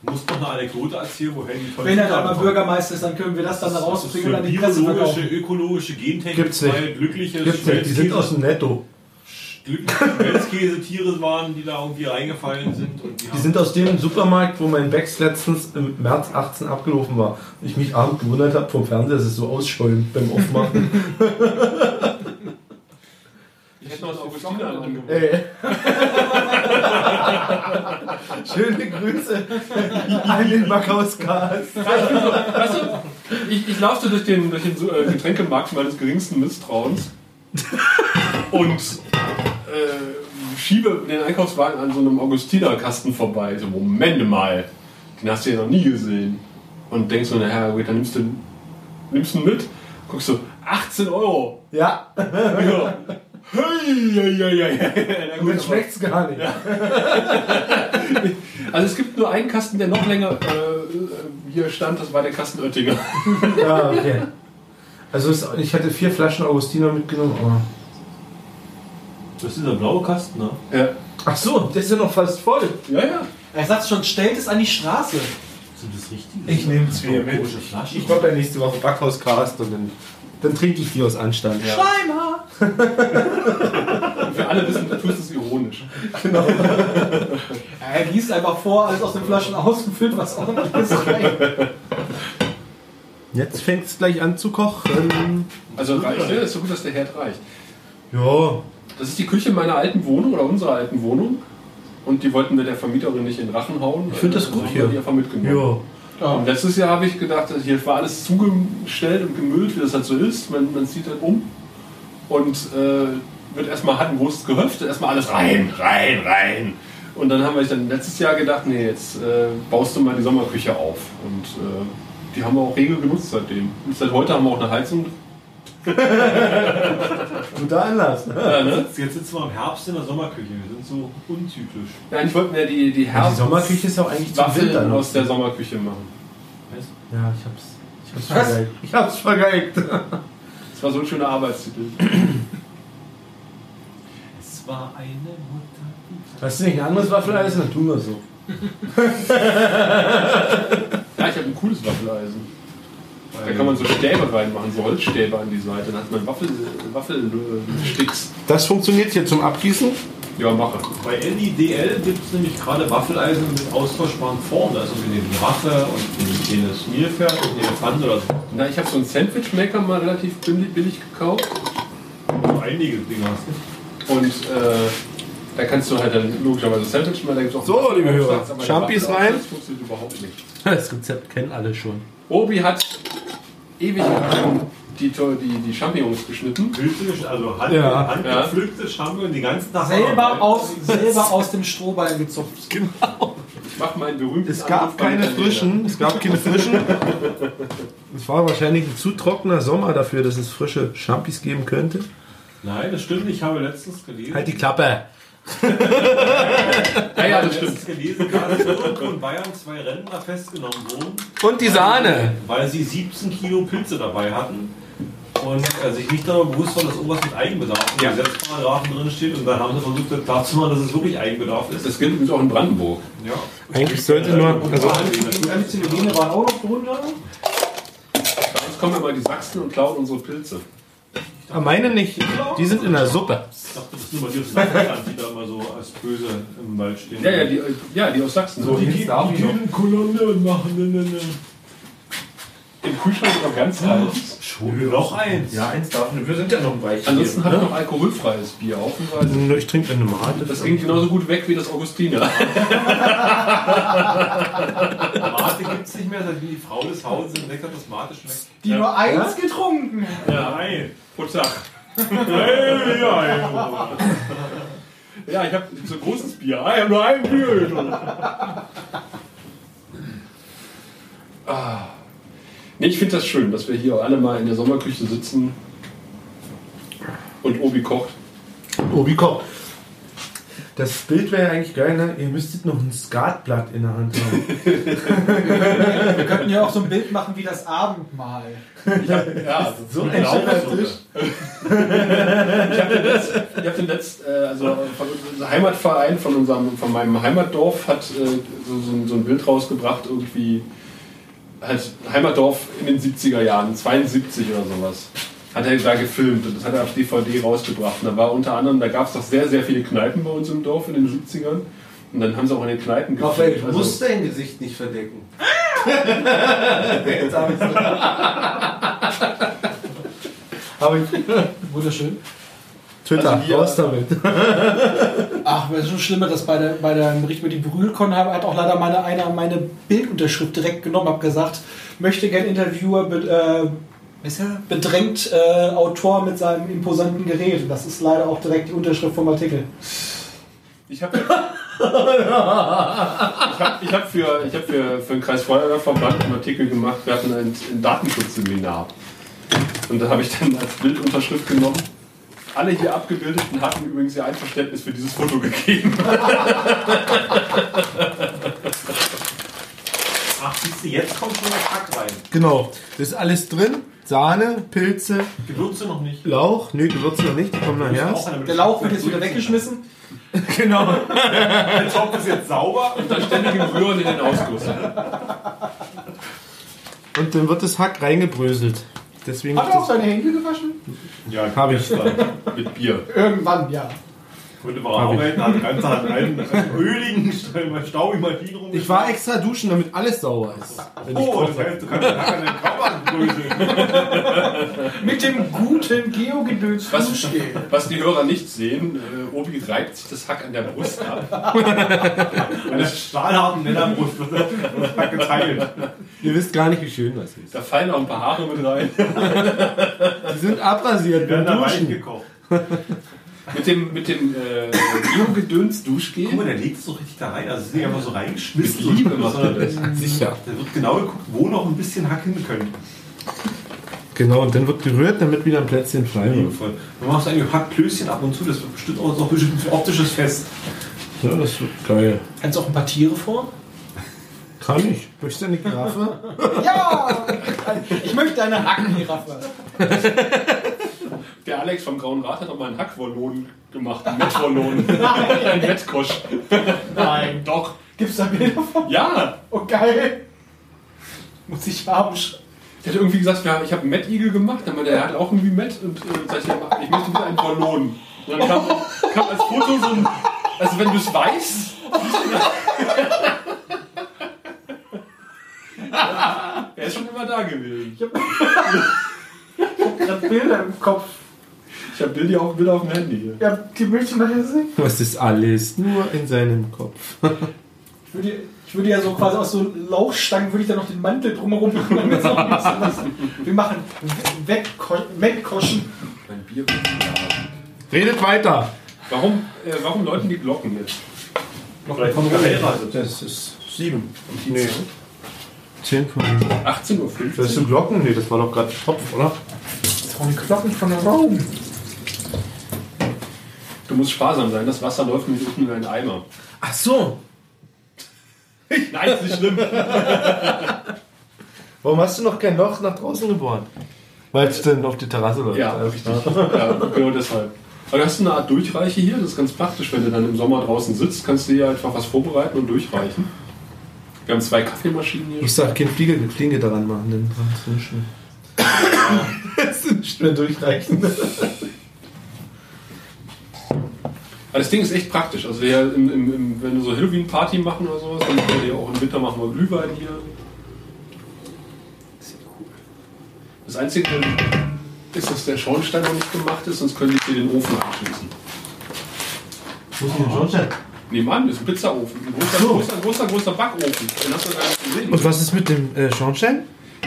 Speaker 10: Du musst noch eine Anekdote erzählen, woher die
Speaker 9: Wenn er dann mal
Speaker 10: Bürger
Speaker 9: Bürgermeister ist, dann können wir das dann rausbringen und
Speaker 10: für
Speaker 9: an die Presse
Speaker 10: biologische,
Speaker 9: verkaufen.
Speaker 10: ökologische Gentechnik
Speaker 3: Gibt's nicht.
Speaker 10: zwei glückliche
Speaker 3: Gibt's nicht, die sind aus
Speaker 10: Schmelzkäse-
Speaker 3: dem Netto.
Speaker 10: glückliche Schmelzkäse-Tiere waren, die da irgendwie reingefallen sind. Und die
Speaker 3: Die
Speaker 10: haben-
Speaker 3: sind aus dem Supermarkt, wo mein Becks letztens im März 18 abgelaufen war. Und ich mich abend gewundert habe vom Fernseher, dass es so ausschäumt beim Aufmachen.
Speaker 6: Ich hätte noch einen Augustiner angeboten.
Speaker 3: Ey. Schöne Grüße an den Makauskas.
Speaker 6: Weißt du, ich, ich laufte durch den, durch den äh, Getränkemarkt meines geringsten Misstrauens und äh, schiebe den Einkaufswagen an so einem Augustinerkasten vorbei. So, Moment mal, den hast du ja noch nie gesehen. Und denkst so, naja, gut, dann nimmst du, nimmst du ihn mit, guckst so, 18 Euro.
Speaker 3: Ja,
Speaker 6: Und ich so, Hey, hey, hey, hey, hey. Na
Speaker 3: dann
Speaker 6: gut, aber-
Speaker 3: schmeckt's gar nicht.
Speaker 6: Also es gibt nur einen Kasten, der noch länger äh, hier stand, das war der Kasten Oettinger.
Speaker 3: Ja, okay. Also es, ich hatte vier Flaschen Augustiner mitgenommen, aber.
Speaker 10: Das ist dieser blaue Kasten, ne?
Speaker 6: Ja,
Speaker 3: Ach so, das ist ja noch fast voll.
Speaker 6: ja. ja.
Speaker 9: Er sagt schon, stellt es an die Straße.
Speaker 10: Sind das richtige?
Speaker 3: Ich nehme zwei mit.
Speaker 10: Ökologische Flaschen?
Speaker 3: Ich komme ja nächste Woche Backhauscast und dann, dann trinke ich die aus Anstand. Ja.
Speaker 9: Schleimer!
Speaker 6: Für alle wissen, du tust es ironisch.
Speaker 9: Er gießt einfach vor, alles aus den Flaschen aus und füllt was ordentliches rein.
Speaker 3: Jetzt fängt es gleich an zu kochen.
Speaker 6: Also reicht, ne? Ist so gut, dass der Herd reicht.
Speaker 3: Ja,
Speaker 6: Das ist die Küche meiner alten Wohnung oder unserer alten Wohnung. Und die wollten wir der Vermieterin nicht in den Rachen hauen. Ich
Speaker 3: find das gut hier.
Speaker 6: Die einfach mitgenommen.
Speaker 3: ja.
Speaker 6: Und letztes Jahr habe ich gedacht, hier war alles zugestellt und gemüllt, wie das halt so ist. Man, man zieht halt um und äh, wird erstmal handwurst gehöftet, erstmal alles rein, rein, rein. Und dann haben wir dann letztes Jahr gedacht, nee, jetzt äh, baust du mal die Sommerküche auf. Und äh, die haben wir auch rege genutzt seitdem. Und seit heute haben wir auch eine Heizung.
Speaker 3: Guter Anlass.
Speaker 6: Ja, ne?
Speaker 10: Jetzt jetzt sitzen wir im Herbst in der Sommerküche. Wir sind so unzyklisch.
Speaker 6: Nein, ich wollte mir die, die
Speaker 3: Die
Speaker 6: Herbst
Speaker 3: Sommerküche ist auch eigentlich zum
Speaker 6: Waffeln
Speaker 3: Winter.
Speaker 6: aus der Sommerküche machen.
Speaker 3: Ja, ich hab's. Ich hab's vergeigt. Ich hab's vergeigt.
Speaker 6: Das war so ein schöner Arbeitstitel.
Speaker 10: Es war eine Mutter.
Speaker 3: Hast du nicht ein anderes Waffeleisen? Dann tun wir so.
Speaker 6: Ja, ich habe ein cooles Waffeleisen. Da kann man so Stäbe reinmachen, so Holzstäbe an die Seite. Dann hat man Waffel, Waffelsticks.
Speaker 12: Das funktioniert hier zum Abgießen.
Speaker 6: Ja, mache.
Speaker 10: Bei LIDL gibt es nämlich gerade Waffeleisen mit austauschbaren Formen. Also wir nehmen die Waffe und nehmen den das Nilpferd und den Elefant oder so.
Speaker 6: Na, ich habe so einen Sandwichmaker mal relativ billig, billig gekauft.
Speaker 10: Einige Dinge hast du.
Speaker 6: Und äh, da kannst du halt dann logischerweise Sandwich machen. Da gibt's auch
Speaker 12: So, liebe Hörer,
Speaker 6: aber die
Speaker 12: Champis
Speaker 6: Waffel-
Speaker 12: rein.
Speaker 6: Das funktioniert überhaupt nicht.
Speaker 3: Das Rezept kennen alle schon.
Speaker 6: Obi hat ewig die, die, die Champignons geschnitten.
Speaker 10: Pflückte, also hand,
Speaker 3: Ja.
Speaker 10: handgepflückte Schampe und den ganzen Tag
Speaker 9: Selber
Speaker 10: auch.
Speaker 9: aus, selber aus dem Strohballen gezupft.
Speaker 6: Ich mache meinen berühmten
Speaker 3: Es gab
Speaker 6: Anruf beim
Speaker 3: keine
Speaker 6: Italiener.
Speaker 3: frischen. Es gab keine frischen. Es war wahrscheinlich ein zu trockener Sommer dafür, dass es frische Champis geben könnte.
Speaker 10: Nein, das stimmt. Ich habe letztens gelesen.
Speaker 3: Halt die Klappe.
Speaker 6: Ja, ja, das
Speaker 10: Ich habe
Speaker 6: stimmt.
Speaker 10: letztens gelesen, dass irgendwo in Bayern zwei Rentner festgenommen wurden,
Speaker 12: Und die Sahne.
Speaker 10: weil sie 17 Kilo Pilze dabei hatten und äh, sich nicht darüber bewusst waren, dass irgendwas mit Eigenbedarf im Gesetzparagraphen drin steht und dann haben sie versucht, das klarzumachen, dass es wirklich Eigenbedarf ist.
Speaker 6: Das gilt übrigens auch in Brandenburg.
Speaker 10: Ja.
Speaker 3: Eigentlich sollte nur. Also,
Speaker 9: Die Halluzinogene waren auch noch drunter.
Speaker 6: Jetzt kommen immer die Sachsen und klauen unsere Pilze.
Speaker 3: Ah, meine nicht. Die sind in der Suppe.
Speaker 10: Ich dachte, das ist nur bei dir aus Sachsen, die da immer so als böse im Wald stehen.
Speaker 6: Ja, ja, die, ja, die aus Sachsen. So,
Speaker 3: die
Speaker 6: die
Speaker 3: gibt's auch noch.
Speaker 10: Kolonne und machen ne, ne, ne.
Speaker 6: Im Kühlschrank noch ganz alt.
Speaker 10: Schon noch eins.
Speaker 3: Ja, eins darf. Wir sind ja noch ein Weichchen.
Speaker 6: Ansonsten habe ich noch alkoholfreies Bier auf. und weiß-
Speaker 3: Ich trinke eine Mate.
Speaker 6: Das ging genauso gut weg wie das Augustiner.
Speaker 10: Mate gibt es nicht mehr, seitdem die Frau des Hauses entdeckt hat, dass Mate schmeckt.
Speaker 9: Die nur eins getrunken.
Speaker 10: Nein.
Speaker 6: Pro Tag.
Speaker 10: Hey, ja,
Speaker 6: Ja, ich habe so großes Bier. Ich habe nur ein Bier getrunken. ah. Nee, ich finde das schön, dass wir hier alle mal in der Sommerküche sitzen und Obi kocht.
Speaker 3: Obi kocht. Das Bild wäre ja eigentlich geil, ne? Ihr müsstet noch ein Skatblatt in der Hand haben.
Speaker 8: Wir könnten ja auch so ein Bild machen wie das Abendmahl.
Speaker 6: Ja,
Speaker 3: so ein schöner Tisch.
Speaker 6: Ich habe den letzt, ich hab den letzt, äh, also von unserem Heimatverein, von, unserem, von meinem Heimatdorf, hat äh, so, so, ein- so ein Bild rausgebracht, irgendwie halt Heimatdorf in den 70er Jahren, 72 oder sowas. Hat er da gefilmt und das hat er auf DVD rausgebracht. Und da war unter anderem, da gab es doch sehr, sehr viele Kneipen bei uns im Dorf in den 70ern. Und dann haben sie auch in den Kneipen
Speaker 3: Raphael, du
Speaker 6: Also-
Speaker 3: musst dein Gesicht nicht verdecken. Jetzt habe ich Habe ich.
Speaker 8: Wunderschön.
Speaker 3: Twitter,
Speaker 6: Also wir-
Speaker 3: raus damit.
Speaker 8: Ach, aber es ist schon schlimmer, dass bei, der, bei dem Bericht über die Brühlkon habe, hat auch leider meine, einer meine Bildunterschrift direkt genommen, habe gesagt, möchte gern Interviewer be, äh, bedrängt äh, Autor mit seinem imposanten Gerät. Und Das ist leider auch direkt die Unterschrift vom Artikel.
Speaker 6: Ich habe ich hab, ich hab für, ich hab für, für den Kreis Feuerwehrverband einen Artikel gemacht, wir hatten ein, ein Datenschutzseminar. Und da habe ich dann als Bildunterschrift genommen. Alle hier Abgebildeten hatten übrigens ihr Einverständnis für dieses Foto gegeben.
Speaker 10: Ach, siehst du, jetzt kommt schon der Kack rein.
Speaker 3: Genau, das ist alles drin. Sahne, Pilze,
Speaker 10: Gewürze noch nicht.
Speaker 3: Lauch. Nö, Gewürze noch nicht, die kommen nachher.
Speaker 10: Auch einer mit
Speaker 8: Der Lauch wird jetzt wieder weggeschmissen.
Speaker 3: Genau.
Speaker 10: Der Topf ist jetzt sauber.
Speaker 6: Unter ständigem Rühren in den Ausguss.
Speaker 3: Und dann wird das Hack reingebröselt. Deswegen
Speaker 8: Hat er auch seine Hände gewaschen?
Speaker 10: Ja,
Speaker 3: Hab ich.
Speaker 6: Mit Bier.
Speaker 8: Irgendwann, ja.
Speaker 10: Könnte man auch halten, hat ganz Hand Also einen öligen, staubigen Martin rum.
Speaker 3: ich war extra duschen, damit alles sauber ist. Wenn ich
Speaker 10: Oh,
Speaker 3: koche.
Speaker 10: das heißt, du kannst den Kack an deinen Körper anbröseln.
Speaker 8: Mit dem guten Geo-Gedöns.
Speaker 6: Was, was die Hörer nicht sehen, äh, Obi reibt sich das Hack an der Brust ab.
Speaker 10: An der stahlharten Männerbrust wird der Kack halt geteilt.
Speaker 3: Ihr wisst gar nicht, wie schön das ist.
Speaker 6: Da fallen auch ein paar Haare mit rein.
Speaker 3: Die sind abrasiert
Speaker 10: Die werden
Speaker 3: beim
Speaker 10: da weich
Speaker 3: Duschen.
Speaker 10: gekocht.
Speaker 6: Mit dem, mit dem äh, Bio-Gedöns-Duschgel.
Speaker 10: Guck mal, der legt es so richtig da rein. Also es ist nicht einfach so reingeschmissen. Also, äh,
Speaker 6: Mit Liebe macht er das.
Speaker 3: Sicher.
Speaker 10: Da wird genau geguckt, wo noch ein bisschen Hack hin könnte.
Speaker 3: Genau, und dann wird gerührt, damit wieder ein Plätzchen frei wird.
Speaker 10: Liebevoll. Man macht so eigentlich Hackklößchen ab und zu. Das wird bestimmt auch noch ein optisches Fest.
Speaker 3: Ja, das wird geil.
Speaker 8: Kannst du auch ein paar Tiere vor?
Speaker 3: Kann ich. Möchte eine Giraffe?
Speaker 8: Ja! Ich möchte eine Hackengiraffe.
Speaker 6: Der Alex vom Grauen Rat hat auch mal einen Hackwallon gemacht. Einen Metwallon. Ein Mettkosch.
Speaker 8: Nein.
Speaker 6: Doch.
Speaker 8: Gibt's da Bilder von?
Speaker 6: Ja.
Speaker 8: Oh, geil. Muss ich haben.
Speaker 6: Der hat irgendwie gesagt, ja, ich habe einen Mettigel gemacht. Dann meinte er, er hat auch irgendwie Met. Und äh, sag ich, ja, mach- ich möchte wieder einen Wallon. Und dann kam, kam als Foto so ein... Also wenn du es weißt... Er ist schon immer da gewesen.
Speaker 8: Ich hab Bilder im Kopf.
Speaker 6: Ich habe Bilder auf, Bilder auf dem Handy hier.
Speaker 8: Ja, die möchte ich nachher sehen.
Speaker 3: Was ist alles nur in seinem Kopf?
Speaker 8: Ich würde, ich würde ja so quasi aus so Lauchstangen würde ich dann noch den Mantel drumherum machen, damit es noch ein bisschen was. Wir machen Wegkoschen.
Speaker 6: Mein Bier wird ja.
Speaker 3: Redet weiter!
Speaker 6: Warum, äh, warum läuten die Glocken jetzt?
Speaker 10: Vielleicht kommt verheiratet.
Speaker 3: Das ist sieben. Nee. Zehn von
Speaker 6: 18.15 Uhr.
Speaker 3: Das sind Glocken? Nee, das war doch gerade Topf, oder?
Speaker 8: Und Glocken von dem Raum.
Speaker 6: Du musst sparsam sein, das Wasser läuft nicht unten in einen Eimer.
Speaker 3: Ach so.
Speaker 6: Nein, ist nicht schlimm.
Speaker 3: Warum hast du noch kein Loch nach draußen gebohrt? Weil es dann auf die Terrasse läuft.
Speaker 6: Ja,
Speaker 3: Alles
Speaker 6: richtig.
Speaker 3: klar.
Speaker 6: Ja, genau deshalb. Aber du hast eine Art Durchreiche hier, das ist ganz praktisch, wenn du dann im Sommer draußen sitzt, kannst du hier einfach was vorbereiten und durchreichen. Wir haben zwei Kaffeemaschinen hier.
Speaker 3: Ich sag, kein Fliege, eine Klinge daran machen, dann dran ist nicht schön. Das ist nicht mehr durchreichen.
Speaker 6: Aber das Ding ist echt praktisch. Also wir im, im, im, wenn wir so Halloween-Party machen oder sowas, dann können wir hier auch im Winter machen wir Glühwein hier. Das einzige ist, dass der Schornstein noch nicht gemacht ist, sonst können die hier den Ofen anschließen.
Speaker 3: Wo ist denn Schornstein?
Speaker 6: Nebenan ist ein Pizzaofen. Ein großer, großer, großer, großer Backofen. Den hast du gar nicht gesehen.
Speaker 3: Und was ist mit dem äh, Schornstein?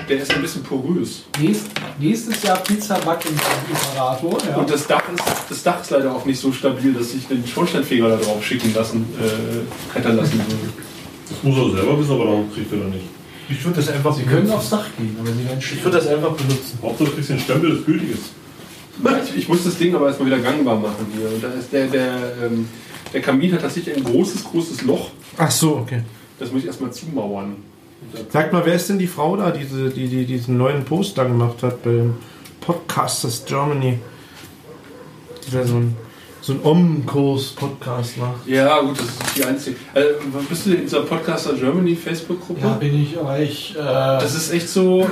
Speaker 6: Der ist ein bisschen porös.
Speaker 8: Nächst, nächstes Jahr Pizza Back im Imperator. Ja.
Speaker 6: Und das Dach, ist, das Dach ist leider auch nicht so stabil, dass ich den Schornsteinfeger da drauf schicken lassen, äh, klettern lassen würde.
Speaker 10: Das muss er selber wissen, ob er noch kriegt oder nicht.
Speaker 3: Ich würde das einfach.
Speaker 8: Sie können aufs Dach gehen, aber sie werden
Speaker 3: Ich würde das einfach benutzen.
Speaker 10: Hauptsache du kriegst den Stempel des Gültiges.
Speaker 6: Ja, ich, ich muss das Ding aber erstmal wieder gangbar machen hier. Und da ist der, der, ähm, der Kamin hat tatsächlich ein großes, großes Loch.
Speaker 3: Ach so, okay.
Speaker 6: Das muss ich erstmal zumauern.
Speaker 3: Sagt mal, wer ist denn die Frau da, diese, die, die diesen neuen Poster gemacht hat bei dem Podcasters Germany? Die da so ein, so ein Ommenkurs-Podcast macht.
Speaker 6: Ja, gut, das ist die einzige. Also, bist du in dieser Podcaster Germany Facebook-Gruppe?
Speaker 8: Ja, bin ich, aber ich. Äh,
Speaker 6: Das ist echt so.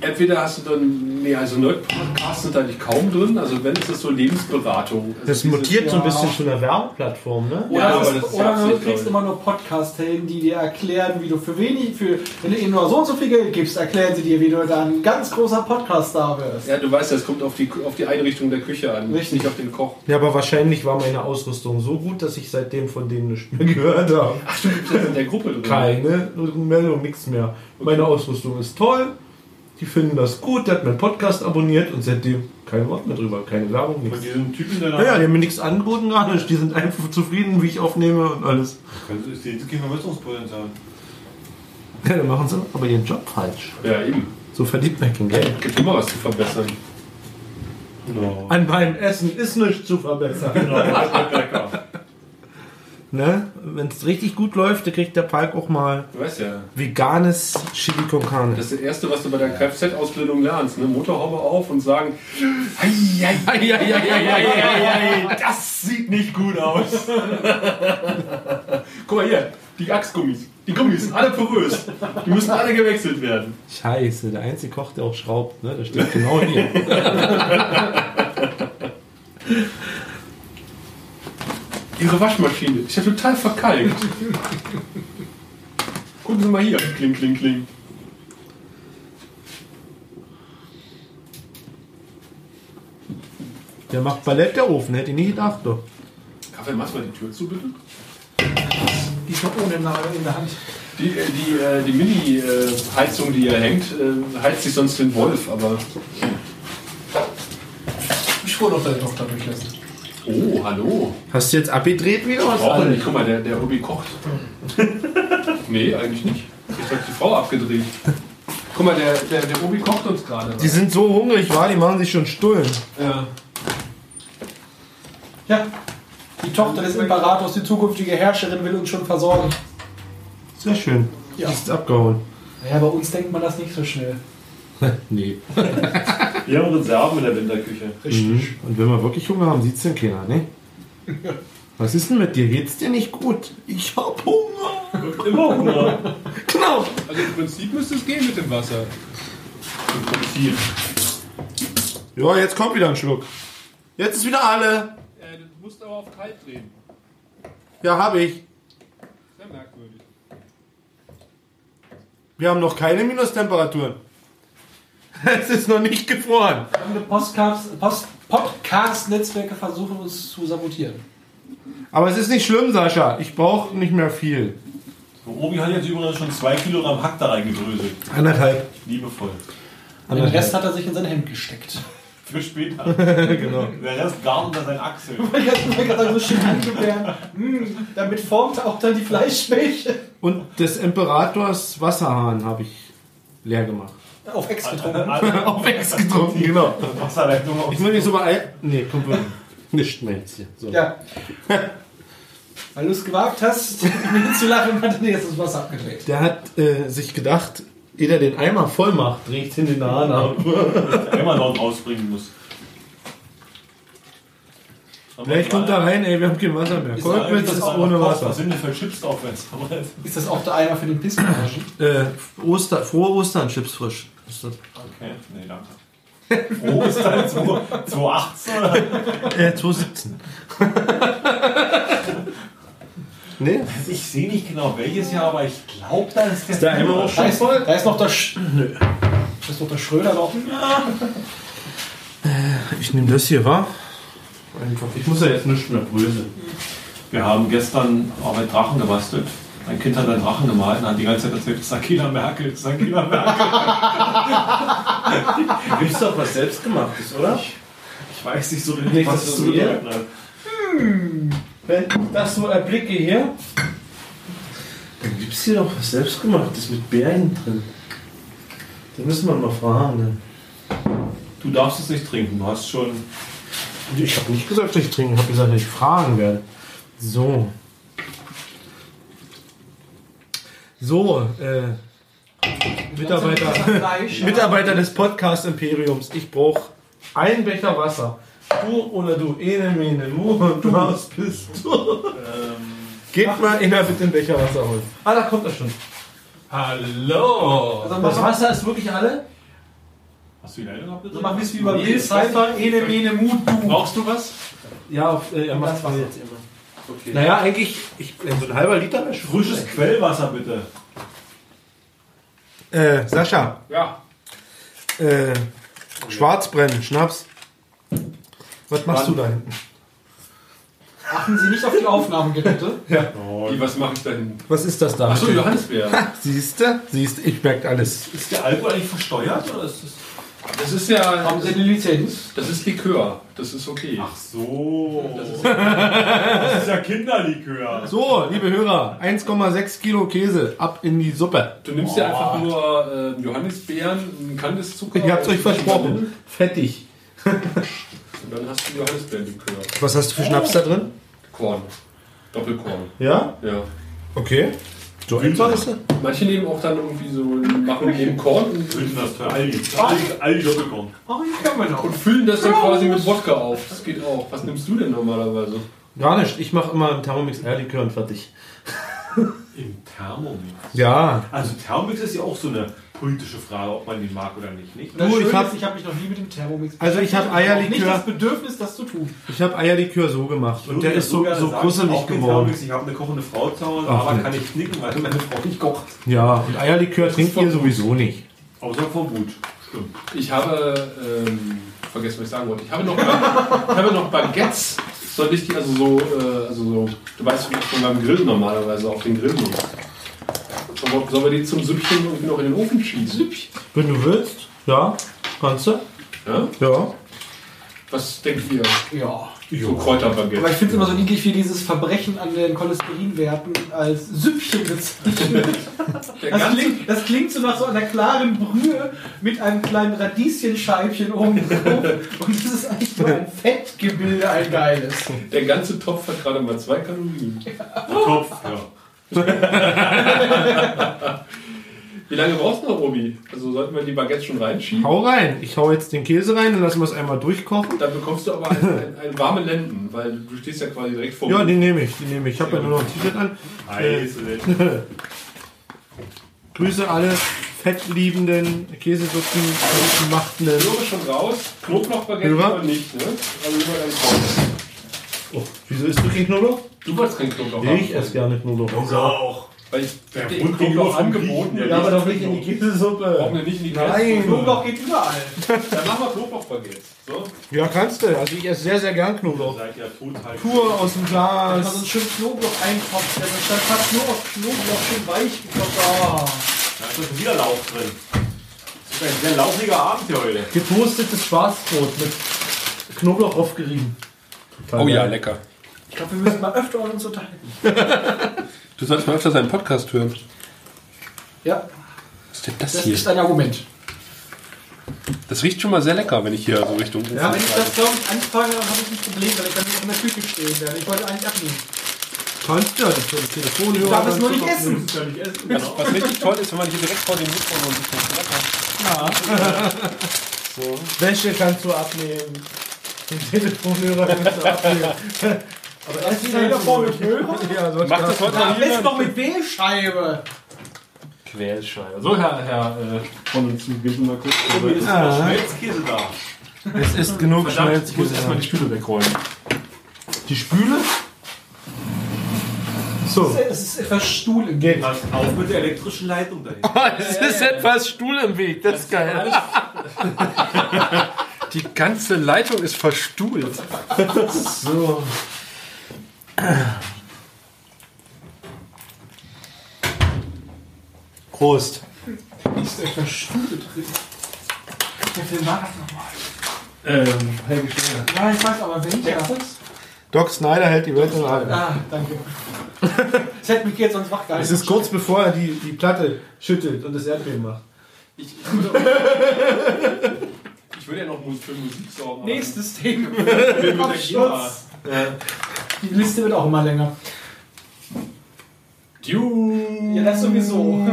Speaker 6: Entweder hast du dann, nee, also Nerd-Podcasts sind da eigentlich kaum drin, also wenn, ist das so Lebensberatung. Also
Speaker 3: Das mutiert so ein
Speaker 8: Ja.
Speaker 3: bisschen zu einer Werbeplattform, ne?
Speaker 8: Oder,
Speaker 6: Ja,
Speaker 8: es-
Speaker 6: aber das ist ja
Speaker 8: oder du
Speaker 6: absolut
Speaker 8: kriegst
Speaker 6: toll.
Speaker 8: immer nur Podcast-Helden, die dir erklären, wie du für wenig, für, wenn du ihnen nur so und so viel Geld gibst, erklären sie dir, wie du dann ein ganz großer Podcast-Star wirst.
Speaker 6: Ja, du weißt ja, es kommt auf die, auf die Einrichtung der Küche an,
Speaker 8: Richtig.
Speaker 6: nicht auf den Koch.
Speaker 3: Ja, aber wahrscheinlich war meine Ausrüstung so gut, dass ich seitdem von denen nichts mehr gehört habe.
Speaker 6: Ach, du bist jetzt in der Gruppe drin.
Speaker 3: Keine Meldung, nichts mehr. Meine Ausrüstung ist toll. Die finden das gut. Der hat meinen Podcast abonniert und seitdem kein Wort mehr drüber. Keine Werbung,
Speaker 10: Von
Speaker 3: nichts.
Speaker 10: diesem Typen, der da.
Speaker 3: Naja, die haben mir nichts angeboten, gar nicht. Die sind einfach zufrieden, wie ich aufnehme und alles.
Speaker 10: Kannst du- Ist die kein Verbesserungspotenzial?
Speaker 3: Ja, dann machen sie aber ihren Job falsch.
Speaker 6: Ja, eben.
Speaker 3: So verdient man kein Geld.
Speaker 6: Gibt immer was zu verbessern.
Speaker 10: No.
Speaker 3: An meinem Essen ist nichts zu verbessern.
Speaker 6: halt
Speaker 3: ne? Wenn es richtig gut läuft, dann kriegt der Palk auch mal
Speaker 6: Du weißt ja.
Speaker 3: veganes Chili con Carne.
Speaker 6: Das ist das Erste, was du bei der Kfz-Ausbildung lernst. Ne? Motorhaube auf und sagen, "Ei, ei, ei, ei, ei, ei, ei, ei, das sieht nicht gut aus. Guck mal hier, die Achsgummis. Die Gummis, alle porös. Die müssen alle gewechselt werden.
Speaker 3: Scheiße, der einzige Koch, der auch schraubt, ne? Der steht genau hier.
Speaker 6: Ihre Waschmaschine ist ja total verkalkt. Gucken Sie mal hier. Kling, kling, kling.
Speaker 3: Der macht Ballett, der Ofen, hätte ich nie gedacht. Doch.
Speaker 6: Kaffee, machst du mal die Tür zu, bitte?
Speaker 8: Die ist noch ohne Nadel in der Hand.
Speaker 6: Die, äh, die, äh, die Mini-Heizung, die hier hängt, äh, heizt sich sonst den Wolf, aber...
Speaker 8: Ich wurde doch deine Tochter durchlässt.
Speaker 6: Oh, hallo.
Speaker 3: Hast du jetzt abgedreht wieder? Was
Speaker 6: Braucht er nicht. Guck mal, der, der Obi kocht. nee, eigentlich nicht. Jetzt hat die Frau abgedreht. Guck mal, der, der, der Obi kocht uns gerade.
Speaker 3: Die sind so hungrig, war, die machen sich schon Stullen.
Speaker 8: Ja. Ja. Die Tochter des Imperators, die zukünftige Herrscherin, will uns schon versorgen.
Speaker 3: Sehr schön.
Speaker 8: Ja.
Speaker 3: Die ist abgehauen.
Speaker 8: Naja, bei uns denkt man das nicht so schnell.
Speaker 3: Nee.
Speaker 10: Wir haben Reserven in der Winterküche.
Speaker 3: Mhm. Und wenn wir wirklich Hunger haben, sieht's denn keiner, ne? Was ist denn mit dir? Geht's dir nicht gut? Ich hab Hunger.
Speaker 10: Immer Hunger.
Speaker 3: Genau.
Speaker 6: Also im Prinzip müsste es gehen mit dem Wasser.
Speaker 10: Im Prinzip.
Speaker 3: Ja, jetzt kommt wieder ein Schluck. Jetzt ist wieder alle.
Speaker 6: Äh, du musst aber auf kalt drehen.
Speaker 3: Ja, hab ich.
Speaker 6: Sehr merkwürdig.
Speaker 3: Wir haben noch keine Minustemperaturen. Es ist noch nicht gefroren.
Speaker 8: Fremde Postcards- Post- Podcast-Netzwerke versuchen uns zu sabotieren.
Speaker 3: Aber es ist nicht schlimm, Sascha. Ich brauche nicht mehr viel.
Speaker 10: Obi hat jetzt übrigens schon zwei Kilogramm Hack da reingedröselt.
Speaker 3: Anderthalb.
Speaker 10: Liebevoll.
Speaker 8: Und den Rest hat er sich in sein Hemd gesteckt.
Speaker 10: Für später. genau. Der Rest gar unter seinen Achseln.
Speaker 8: Ich hab mir gerade so schön angebären. Hm, damit formt auch dann die Fleischmilch.
Speaker 3: Und des Imperators Wasserhahn habe ich leer gemacht.
Speaker 8: Auf Ex getrunken.
Speaker 10: Alle
Speaker 3: Auf Ex getrunken, genau.
Speaker 10: Wasserleitung auf.
Speaker 3: Ich will nicht so bei. Nee, komm, komm. Nicht mehr jetzt hier. So.
Speaker 8: Ja. Weil du es gewagt hast, mir zu lachen, hat er dir jetzt das Wasser abgedreht.
Speaker 3: Der hat äh, sich gedacht, ehe der den Eimer voll macht, riecht in den Hahn ab.
Speaker 10: Genau. Immer laut rausbringen muss.
Speaker 3: Vielleicht kommt da rein, ey, wir haben kein Wasser mehr. Goldmilz ist ohne Wasser.
Speaker 10: Sünde für Chips aufwärts. Aber das-
Speaker 8: Ist das auch der Eimer für den Pistenarschen?
Speaker 3: Äh, Oster, frohe Ostern, Chips frisch. Ist das-
Speaker 10: Okay, nee, danke. Frohe ist halt 2018 oder?
Speaker 3: Äh, 217. nee?
Speaker 10: Ich sehe nicht genau welches Jahr, aber ich glaube, da ist der.
Speaker 3: Da einmal auch
Speaker 8: Da
Speaker 3: schon.
Speaker 8: ist, da ist noch der Sch Nö. Da ist noch der Schröder noch.
Speaker 3: Ich nehme das hier, wa? Einfach.
Speaker 10: Ich muss ja jetzt nichts mehr bröseln. Wir haben gestern auch mit Drachen gebastelt. Mein Kind hat einen Drachen gemalt und hat die ganze Zeit erzählt, Sakina Merkel, Sakina Merkel.
Speaker 4: Gibt's doch was selbstgemachtes, oder?
Speaker 10: Ich weiß nicht so richtig,
Speaker 4: Nicht,
Speaker 10: was
Speaker 4: dass
Speaker 10: das
Speaker 4: du
Speaker 10: zu
Speaker 4: hier-
Speaker 10: bedeuten hat.
Speaker 4: Wenn ich das so erblicke hier, dann gibt's hier doch was
Speaker 3: ne?
Speaker 4: selbstgemachtes mit Bären drin. Da müssen wir mal fragen. Dann.
Speaker 10: Du darfst es nicht trinken, du hast schon.
Speaker 3: Ich habe nicht gesagt, dass ich trinken. Ich habe gesagt, dass ich fragen werde. So. So, äh, Mitarbeiter, Mitarbeiter des Podcast Imperiums, ich brauche einen Becher Wasser. Du oder du, ene, mene, mu, und du hast bist du.
Speaker 10: Ähm.
Speaker 3: Geht mal einer bitte einen Becher Wasser holen. Ah, da kommt er schon.
Speaker 10: Hallo!
Speaker 8: Also das Wasser ist wirklich alle.
Speaker 10: Hast du die Leitung
Speaker 8: So
Speaker 10: abgedreht?
Speaker 8: machen wir es wie bei Bill
Speaker 10: das weiß
Speaker 8: Cipher, Ene, Mene, Mut, Du.
Speaker 10: Brauchst du was?
Speaker 3: Ja, auf, äh, er macht
Speaker 8: Das war's
Speaker 3: Wasser.
Speaker 8: jetzt immer.
Speaker 10: Okay.
Speaker 3: Naja, eigentlich, ich, äh, so ein halber Liter wäre schon.
Speaker 10: Frisches Quellwasser bitte.
Speaker 3: Äh, Sascha,
Speaker 10: Ja.
Speaker 3: äh, Schwarzbrennen, Schnaps. Was machst du da hinten?
Speaker 8: Achten Sie nicht auf die Aufnahmegeräte.
Speaker 6: Wie, was mache ich da hin?
Speaker 3: Was ist das da? Ah,
Speaker 6: Achso, Johannisbeer.
Speaker 3: Siehst du? Siehst du, ich merke alles.
Speaker 10: Ist der Alkohol eigentlich versteuert oder ist das.
Speaker 6: Das ist ja.
Speaker 8: Haben Sie eine Lizenz?
Speaker 6: Das ist Likör. Das ist okay.
Speaker 10: Ach so.
Speaker 6: Das
Speaker 10: Das
Speaker 6: ist-
Speaker 10: ist, ja Kinderlikör.
Speaker 3: So, liebe Hörer, 1,6 Kilo Käse ab in die Suppe.
Speaker 6: Du nimmst ja einfach nur äh, Johannisbeeren, ein Kandes Zucker.
Speaker 3: Ich hab's euch
Speaker 6: und-
Speaker 3: versprochen. Fettig.
Speaker 6: Und dann hast du Johannisbeeren-Likör.
Speaker 3: Was hast du für Schnaps da drin?
Speaker 6: Korn. Doppelkorn.
Speaker 3: Ja?
Speaker 6: Ja.
Speaker 3: Okay. So einfach ist das?
Speaker 6: Manche nehmen auch dann irgendwie so, machen neben Korn und,
Speaker 10: München das für Aldi. Aldi, Aldi Doppelkorn.
Speaker 8: Oh, hier können wir noch.
Speaker 6: und füllen das dann quasi mit Wodka auf. Das geht auch. Was nimmst du denn normalerweise?
Speaker 3: Gar nicht. Ich mache immer im Thermomix Eierlikör und fertig.
Speaker 10: Im Thermomix.
Speaker 3: Ja.
Speaker 10: Also Thermomix ist ja auch so eine politische Frage, ob man den mag oder nicht. nicht?
Speaker 8: Das
Speaker 3: Du, ich
Speaker 8: Schöne
Speaker 3: hab-
Speaker 8: ist, ich habe mich noch nie mit dem Thermomix
Speaker 3: Also ich hab
Speaker 8: beschäftigt und auch Nicht
Speaker 3: Eierlikör-
Speaker 8: das Bedürfnis, das zu tun.
Speaker 3: Ich habe Eierlikör so gemacht und
Speaker 10: Ich würde
Speaker 3: der ist so,
Speaker 10: gerne
Speaker 3: so
Speaker 10: sagen, ich
Speaker 3: grusselig
Speaker 10: brauche keinen
Speaker 3: geworden.
Speaker 10: Thermomix, Ich habe eine kochende Frau zu Hause,
Speaker 3: Ach,
Speaker 10: aber
Speaker 3: nee.
Speaker 10: kann ich knicken, weil meine Frau nicht kocht.
Speaker 3: Ja, und Eierlikör trinkt ihr sowieso nicht.
Speaker 10: Außer vor Wut. Stimmt.
Speaker 6: Ich habe, ähm, vergessen, was ich sagen wollte. Ich habe noch, ich habe noch Baguettes. Soll ich die also so, äh, also so, du weißt, wie ich von meinem Grill normalerweise auf den Grill nehme. Sollen wir- Sollen wir die zum Süppchen irgendwie noch in den Ofen schießen?
Speaker 3: Wenn du willst, ja, kannst du.
Speaker 6: Ja?
Speaker 3: Ja.
Speaker 6: Was denkt ihr?
Speaker 8: Ja.
Speaker 6: So Kräuterbaguette.
Speaker 8: Aber ich finde es immer so niedlich, wie dieses Verbrechen an den Cholesterinwerten als Süppchen bezeichnet.
Speaker 6: Der
Speaker 8: Das
Speaker 6: ganze
Speaker 8: klingt, das klingt so nach so einer klaren Brühe mit einem kleinen Radieschenscheibchen oben drauf. Und das ist eigentlich nur ein Fettgebilde, ein geiles.
Speaker 6: Der ganze Topf hat gerade mal zwei Kalorien.
Speaker 10: Topf, ja.
Speaker 6: Wie lange brauchst du noch, Robi? Also sollten wir die Baguette schon reinschieben?
Speaker 3: Hau rein. Ich hau jetzt den Käse rein und lassen wir es einmal durchkochen.
Speaker 6: Dann bekommst du aber einen, einen, einen warmen Lenden, weil du stehst ja quasi direkt vor
Speaker 3: Ja, den nehme ich, den nehme ich. Ich habe ja nur noch ein T-Shirt an.
Speaker 10: Eisel.
Speaker 3: Grüße alle fettliebenden, Käsesuppen, machtenden.
Speaker 6: Möhre schon raus, Knoblauchbaguette
Speaker 3: Rüber.
Speaker 6: oder nicht, ne? Also über deinen Kopf.
Speaker 3: Oh, wieso isst du kein Knoblauch?
Speaker 6: Du wolltest keinen Knoblauch
Speaker 3: Ich esse gerne Knoblauch.
Speaker 10: auch.
Speaker 6: Weil ich
Speaker 10: Der
Speaker 6: hab dir
Speaker 10: Mund ging nur
Speaker 6: Knoblauch
Speaker 10: vom
Speaker 6: angeboten.
Speaker 10: Riechen,
Speaker 6: Ja,
Speaker 10: der
Speaker 6: aber
Speaker 3: doch nicht in die Käsesuppe.
Speaker 6: brauchen wir nicht in die
Speaker 3: Nein.
Speaker 8: Knoblauch geht überall.
Speaker 6: Käse. Dann machen wir Knoblauchbaguette. So.
Speaker 3: Ja, kannst du. Also ich esse sehr, sehr gern
Speaker 10: Ihr
Speaker 3: Knoblauch.
Speaker 10: seid ja total.
Speaker 3: Pur aus dem
Speaker 8: Da so
Speaker 3: Glas.
Speaker 8: einen schönen Knoblauch eintropft, der so statt fast nur auf Knoblauch schön weich gekocht.
Speaker 10: Da ist schon wieder Lauch drin. Das ist ein sehr lauchiger Abend hier heute.
Speaker 3: Getoastetes Schwarzbrot mit Knoblauch aufgerieben.
Speaker 6: Oh ja, lecker.
Speaker 8: Ich glaube, wir müssen mal öfter an uns unterhalten.
Speaker 6: Du sollst mal öfters einen Podcast hören.
Speaker 8: Ja,
Speaker 6: Was ist denn das,
Speaker 8: das ist ein Argument.
Speaker 6: Das riecht schon mal sehr lecker, wenn ich hier so Richtung Ofen
Speaker 8: Wenn ich das, glaube ich, anfange, dann habe ich ein Problem, weil ich dann nicht in der Küche stehen werde. Ich wollte eigentlich abnehmen.
Speaker 3: Kannst du ja nicht vom Telefon
Speaker 8: Ich darf es nur nicht essen.
Speaker 6: Also, Was, was richtig toll ist, wenn man hier direkt vor dem Mikrofon und sich das lecker.
Speaker 3: Wäsche kannst du abnehmen. Den Telefonhörer kannst du abnehmen.
Speaker 8: Aber erst wieder in der Form mit Öl.
Speaker 3: Ja, sonst
Speaker 6: Mach das heute
Speaker 8: Am
Speaker 6: noch
Speaker 8: besten
Speaker 6: jemand.
Speaker 8: noch mit Wählscheibe.
Speaker 6: Quälscheibe. So, Herr, Herr äh, von uns, wir gehen mal kurz.
Speaker 10: Jetzt ist noch Schmelzkäse da.
Speaker 3: Es ist genug
Speaker 6: Verdammt, ich muss erstmal
Speaker 3: Schmelzkäse.
Speaker 6: die Stühle wegräumen.
Speaker 3: Die Spüle? So.
Speaker 8: Es ist etwas Stuhl im
Speaker 3: Geht.
Speaker 10: Passt auf mit der elektrischen Leitung dahin.
Speaker 1: Es ist etwas Stuhl im Weg, das ist geil. Die ganze Leitung ist verstuhlt.
Speaker 3: So. Prost.
Speaker 8: Ist etwas Stuhl drin. Der Film war das nochmal.
Speaker 6: Ähm, Helge Schläger.
Speaker 8: Ja, ich weiß, aber welcher?
Speaker 3: Doc Snyder hält die Welt in Atem.
Speaker 8: Ah, danke. Das hätte mich jetzt sonst
Speaker 3: Es
Speaker 8: wachgehalten.
Speaker 3: ist kurz bevor er die, die Platte schüttelt und das Erdbeben macht.
Speaker 6: Ich, ich, würde, auch- Ich würde ja noch Mus- für Musik sorgen. aber-
Speaker 8: Nächstes Thema.
Speaker 6: Bin mit der Kima.
Speaker 8: Absturz. Die Liste wird auch immer länger.
Speaker 6: Dune.
Speaker 8: Ja, das sowieso.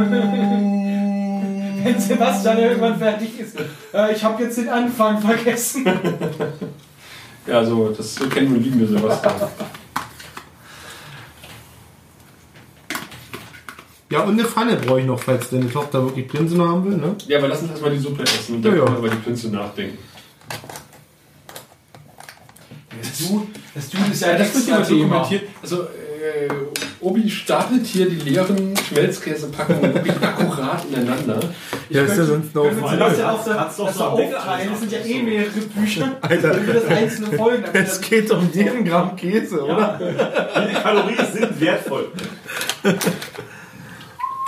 Speaker 8: Wenn Sebastian irgendwann fertig ist. Äh, ich habe jetzt den Anfang vergessen.
Speaker 6: Ja, so, das so kennen und lieben wir Sebastian.
Speaker 3: Ja, und eine Pfanne brauche ich noch, falls deine Tochter wirklich Prinzen haben will, ne?
Speaker 6: ja, aber lass uns erstmal die Suppe essen und dann
Speaker 3: Ja, ja.
Speaker 6: können wir über die Prinzen nachdenken.
Speaker 8: Das Dude, das Dude ist ja
Speaker 6: Ja,
Speaker 8: ein
Speaker 6: das wird
Speaker 8: extra
Speaker 6: hier
Speaker 8: Thema.
Speaker 6: dokumentiert. Also, äh, Obi stapelt hier die leeren Schmelzkäsepackungen wirklich akkurat ineinander.
Speaker 3: Ja, ist ja sonst noch.
Speaker 8: Wenn wir Sebastian auf der,
Speaker 10: Hat's doch
Speaker 8: das
Speaker 10: so am Deckel
Speaker 8: aufteilen, das
Speaker 10: alles
Speaker 8: sind ja eh
Speaker 10: abgeschlossen.
Speaker 8: mehrere Bücher. Wenn wir das einzelne folgen, dann
Speaker 3: Es geht um jeden Gramm Käse, oder?
Speaker 10: Die Kalorien sind wertvoll.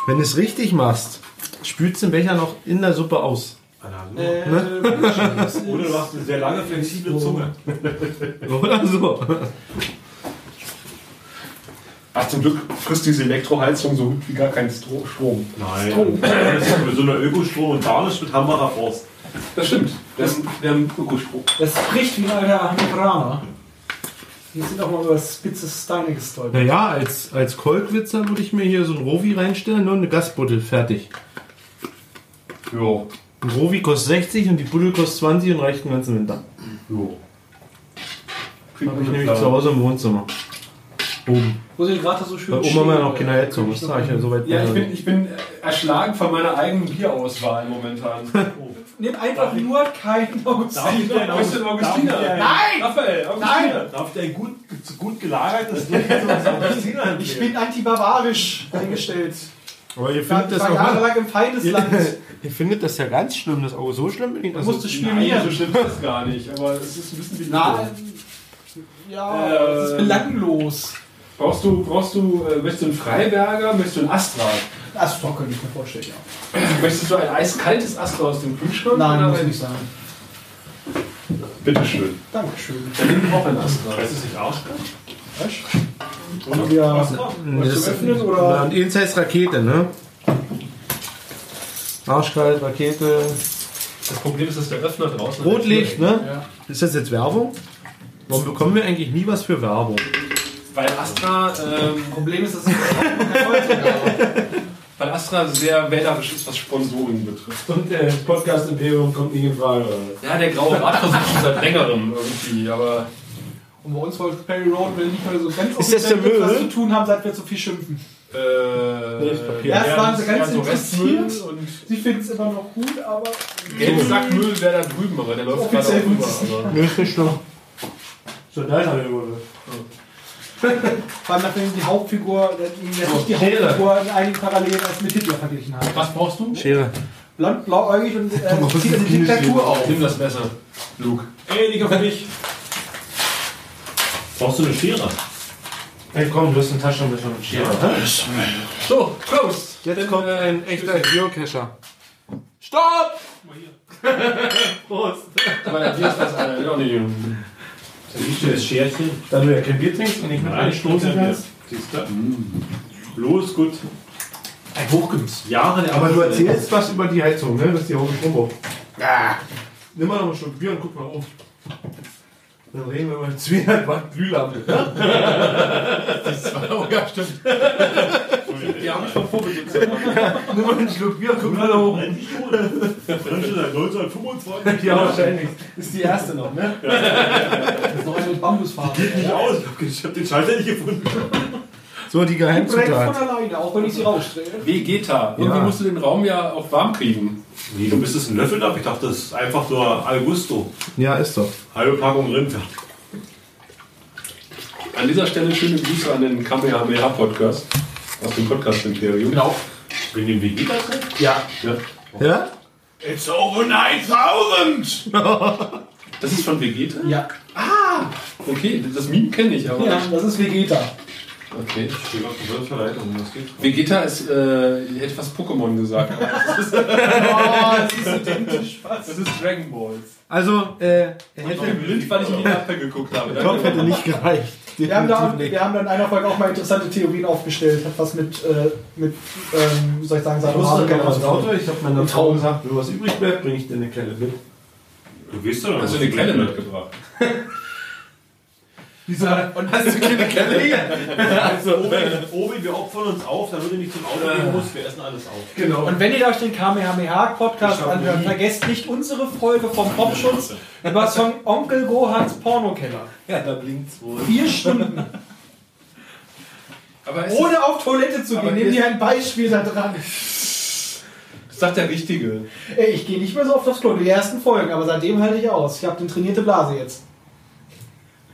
Speaker 3: Wenn du es richtig machst, spülst den Becher noch in der Suppe aus.
Speaker 8: äh,
Speaker 10: Oder du hast eine sehr lange, flexible Zunge.
Speaker 3: Oder so.
Speaker 6: Ach, zum Glück frisst diese Elektroheizung so gut wie gar keinen Stro Strom.
Speaker 10: Nein. Das ist mit so einer Ökostrom und da nicht mit Hammerer Faust.
Speaker 6: Das stimmt. Wir haben, wir haben Ökostrom.
Speaker 8: das spricht wie ein alter Amerikaner. Wir sind auch mal über spitze Steine gestolpert.
Speaker 3: Naja, als, als Kolkwitzer würde ich mir hier so ein Rovi reinstellen und eine Gasbuddel. Fertig.
Speaker 6: Jo.
Speaker 3: Ein Rovi kostet 60 und die Buddel kostet 20 und reicht den ganzen Winter.
Speaker 6: Jo.
Speaker 3: Habe ich nämlich zu Hause im Wohnzimmer. Oben.
Speaker 8: Wo sie gerade so schön
Speaker 3: Bei Oma war ja noch
Speaker 8: stehen,
Speaker 3: keine
Speaker 8: äh,
Speaker 3: Heizung. Das sag ich ja so weit
Speaker 6: Ja,
Speaker 3: weg.
Speaker 6: ich bin, ich bin erschlagen von meiner eigenen Bierauswahl momentan.
Speaker 8: Nimm einfach nur keinen Augustiner.
Speaker 6: Wo ist denn Augustiner?
Speaker 8: Nein!
Speaker 6: Raphael, Augustiner!
Speaker 10: Darf der gut, gut gelagertes Augustiner
Speaker 8: Ich bin antibarbarisch eingestellt.
Speaker 3: Aber ihr
Speaker 8: Ich war
Speaker 3: findet das auch
Speaker 8: jahrelang im Feindesland.
Speaker 3: Ihr findet das ja ganz schlimm, das Auge. So schlimm bin ich also- das.
Speaker 8: musste
Speaker 6: Nein, so
Speaker 8: spionieren.
Speaker 6: schlimm ist es gar nicht, aber es ist ein bisschen wie
Speaker 8: Na, ja, das ist
Speaker 6: Ähm.
Speaker 8: belanglos.
Speaker 6: Brauchst du, brauchst du, äh, möchtest du einen Freiberger, möchtest du einen Astra?
Speaker 8: Das doch könnte ich mir vorstellen, ja.
Speaker 6: Möchtest du ein eiskaltes Astra aus dem Kühlschrank?
Speaker 8: Nein,
Speaker 6: Oder
Speaker 8: muss
Speaker 6: ein-
Speaker 8: nicht sein.
Speaker 6: Bitteschön.
Speaker 8: Dankeschön.
Speaker 6: Dann nimm auch ein Astra.
Speaker 10: Heißt es nicht Arschkalt?
Speaker 8: Und wir
Speaker 3: Das-
Speaker 8: zu öffnen oder?
Speaker 3: Na, und eins heißt Rakete, ne? Arschkalt, Rakete.
Speaker 6: Das Problem ist, dass der Öffner draußen
Speaker 3: Rotlicht, ne?
Speaker 8: Ja.
Speaker 3: Ist das jetzt Werbung? Warum bekommen wir eigentlich nie was für Werbung?
Speaker 6: Weil Astra, ähm,
Speaker 8: Problem ist, dass es keine Heizung gab.
Speaker 6: weil Astra sehr wählerisch ist, was Sponsoring betrifft.
Speaker 3: Und der Podcast Imperium kommt nie in Frage.
Speaker 6: Ja, der graue Rat versucht schon seit längerem irgendwie, aber
Speaker 8: Und bei uns wollte Perry Road will nicht mehr so ganz
Speaker 3: Ist das der
Speaker 8: offiziell was zu
Speaker 3: Müll?
Speaker 8: tun haben, seit wir zu viel schimpfen.
Speaker 6: äh,
Speaker 8: Erst waren sie ganz
Speaker 6: so Restmüll
Speaker 8: interessiert.
Speaker 6: und
Speaker 8: Sie finden es immer noch gut, aber
Speaker 6: Gelbsackmüll wäre da drüben, aber der läuft gerade
Speaker 8: Offiziell
Speaker 6: auch rüber.
Speaker 8: gut.
Speaker 6: aber-
Speaker 3: Nö, ist nicht schlimm.
Speaker 10: Schon dein Angebot.
Speaker 8: vor allem nachdem die Hauptfigur, der- der sich die
Speaker 3: Schere.
Speaker 8: Hauptfigur in einigen Parallelen als mit Hitler verglichen hat.
Speaker 6: Was brauchst du?
Speaker 3: Schere.
Speaker 8: Blond, blauäugig und
Speaker 3: mal,
Speaker 8: äh,
Speaker 3: was
Speaker 8: zieht
Speaker 3: ist
Speaker 8: eine
Speaker 3: denn hier
Speaker 8: Diktatur auf.
Speaker 6: Nimm das Messer, Luke.
Speaker 10: Ey, Digga, für dich. Brauchst du eine Schere?
Speaker 3: Hey, komm, du hast eine Tasche mit einem Schere.
Speaker 6: So, Prost!
Speaker 3: Jetzt kommt ein echter Geocacher.
Speaker 6: Stopp! Prost! Aber der Bier ist das eine, auch nicht.
Speaker 10: Siehst du das Scherchen?
Speaker 3: Da du ja kein Bier trinkst und nicht mit
Speaker 10: Nein,
Speaker 3: einem
Speaker 10: ich stoße
Speaker 3: Stoßen
Speaker 10: mir.
Speaker 3: kannst.
Speaker 10: Siehst du? Los, gut.
Speaker 3: Ein Hochgenuss.
Speaker 10: Jahre der
Speaker 3: Aber du
Speaker 10: Abstinenz.
Speaker 3: erzählst was über die Heizung, ne? Dass die Augen schon braucht. Nimm mal noch einen Schluck Bier und guck mal auf. Dann reden wir mal Zwiebeln, was Glühlampe. ne?
Speaker 6: Oh ja, stimmt. Die haben mich schon vorbesitzt.
Speaker 3: Nimm mal einen Schluck Bier und guck mal hoch.
Speaker 10: Eigentlich schon. Frisch in der 1925.
Speaker 3: Ja, wahrscheinlich. Ist die erste noch, ne?
Speaker 8: Das ist noch eine mit Bambusfarbe.
Speaker 10: Nicht aus. Ich hab den- Ich hab den Schalter nicht gefunden.
Speaker 3: So, die
Speaker 8: Direkt von
Speaker 3: Geheimzutat.
Speaker 8: alleine, auch wenn ich sie rausstelle.
Speaker 6: Vegeta. Irgendwie
Speaker 3: Ja.
Speaker 6: musst du den Raum ja auch warm kriegen.
Speaker 10: Nee, du bist es ein Löffel ab. Ich dachte, das ist einfach nur Al Gusto.
Speaker 3: Ja, ist doch.
Speaker 10: Halbe Packung Rind.
Speaker 6: An dieser Stelle schöne Grüße an den Kamehameha Podcast. Aus dem Podcast-Imperium. Genau.
Speaker 10: Wegen dem Vegeta drin?
Speaker 6: Ja.
Speaker 3: Ja?
Speaker 10: It's over 9000!
Speaker 6: Das ist von Vegeta?
Speaker 8: Ja.
Speaker 6: Okay, das Meme kenne ich, aber.
Speaker 8: ja, das ist Vegeta.
Speaker 6: Okay.
Speaker 10: Ich stehe auf der Verleitung, das geht.
Speaker 6: Vegeta ist, äh, ich hätte fast Pokémon gesagt. aber das ist-
Speaker 8: Oh, das ist identisch fast.
Speaker 6: Das ist Dragon Balls.
Speaker 3: Also, äh, er
Speaker 6: Ich bin
Speaker 3: hätte,
Speaker 6: blind, weil ich in die Lampe geguckt habe.
Speaker 3: Kopf hätte nicht gereicht.
Speaker 8: Wir haben, da,
Speaker 3: Definitiv
Speaker 8: wir haben da in einer Folge auch mal interessante Theorien aufgestellt. Hat was mit, äh, mit ähm, wie soll ich sagen,
Speaker 3: Ich
Speaker 8: seiner
Speaker 3: wusste
Speaker 8: Haare
Speaker 3: noch was im
Speaker 8: zu tun.
Speaker 3: Auto. Ich habe meiner Frau gesagt, wenn was übrig bleibt, bringe ich dir eine Kelle mit.
Speaker 10: Du weißt doch,
Speaker 6: Hast du eine Klelle mitgebracht?
Speaker 8: Wieso? Und hast du keine Kelle hier?
Speaker 10: Also, Obi, Obi, wir opfern uns auf, damit du nicht zum Auto gehen musst. Wir essen alles auf.
Speaker 8: Genau. Und wenn ihr euch den Kamehameha-Podcast anhört, also vergesst nicht unsere Folge vom Popschutz über Song Onkel Gohans Pornokeller.
Speaker 3: Ja, da blinkt's wohl.
Speaker 8: Vier Stunden.
Speaker 6: Aber es
Speaker 8: Ohne auf Toilette zu gehen, nehmen die ein Beispiel da dran.
Speaker 6: ist, sagt der Richtige.
Speaker 8: Ey, ich gehe nicht mehr so oft aufs Klo, die ersten Folgen, aber seitdem halte ich aus. Ich habe eine trainierte Blase jetzt.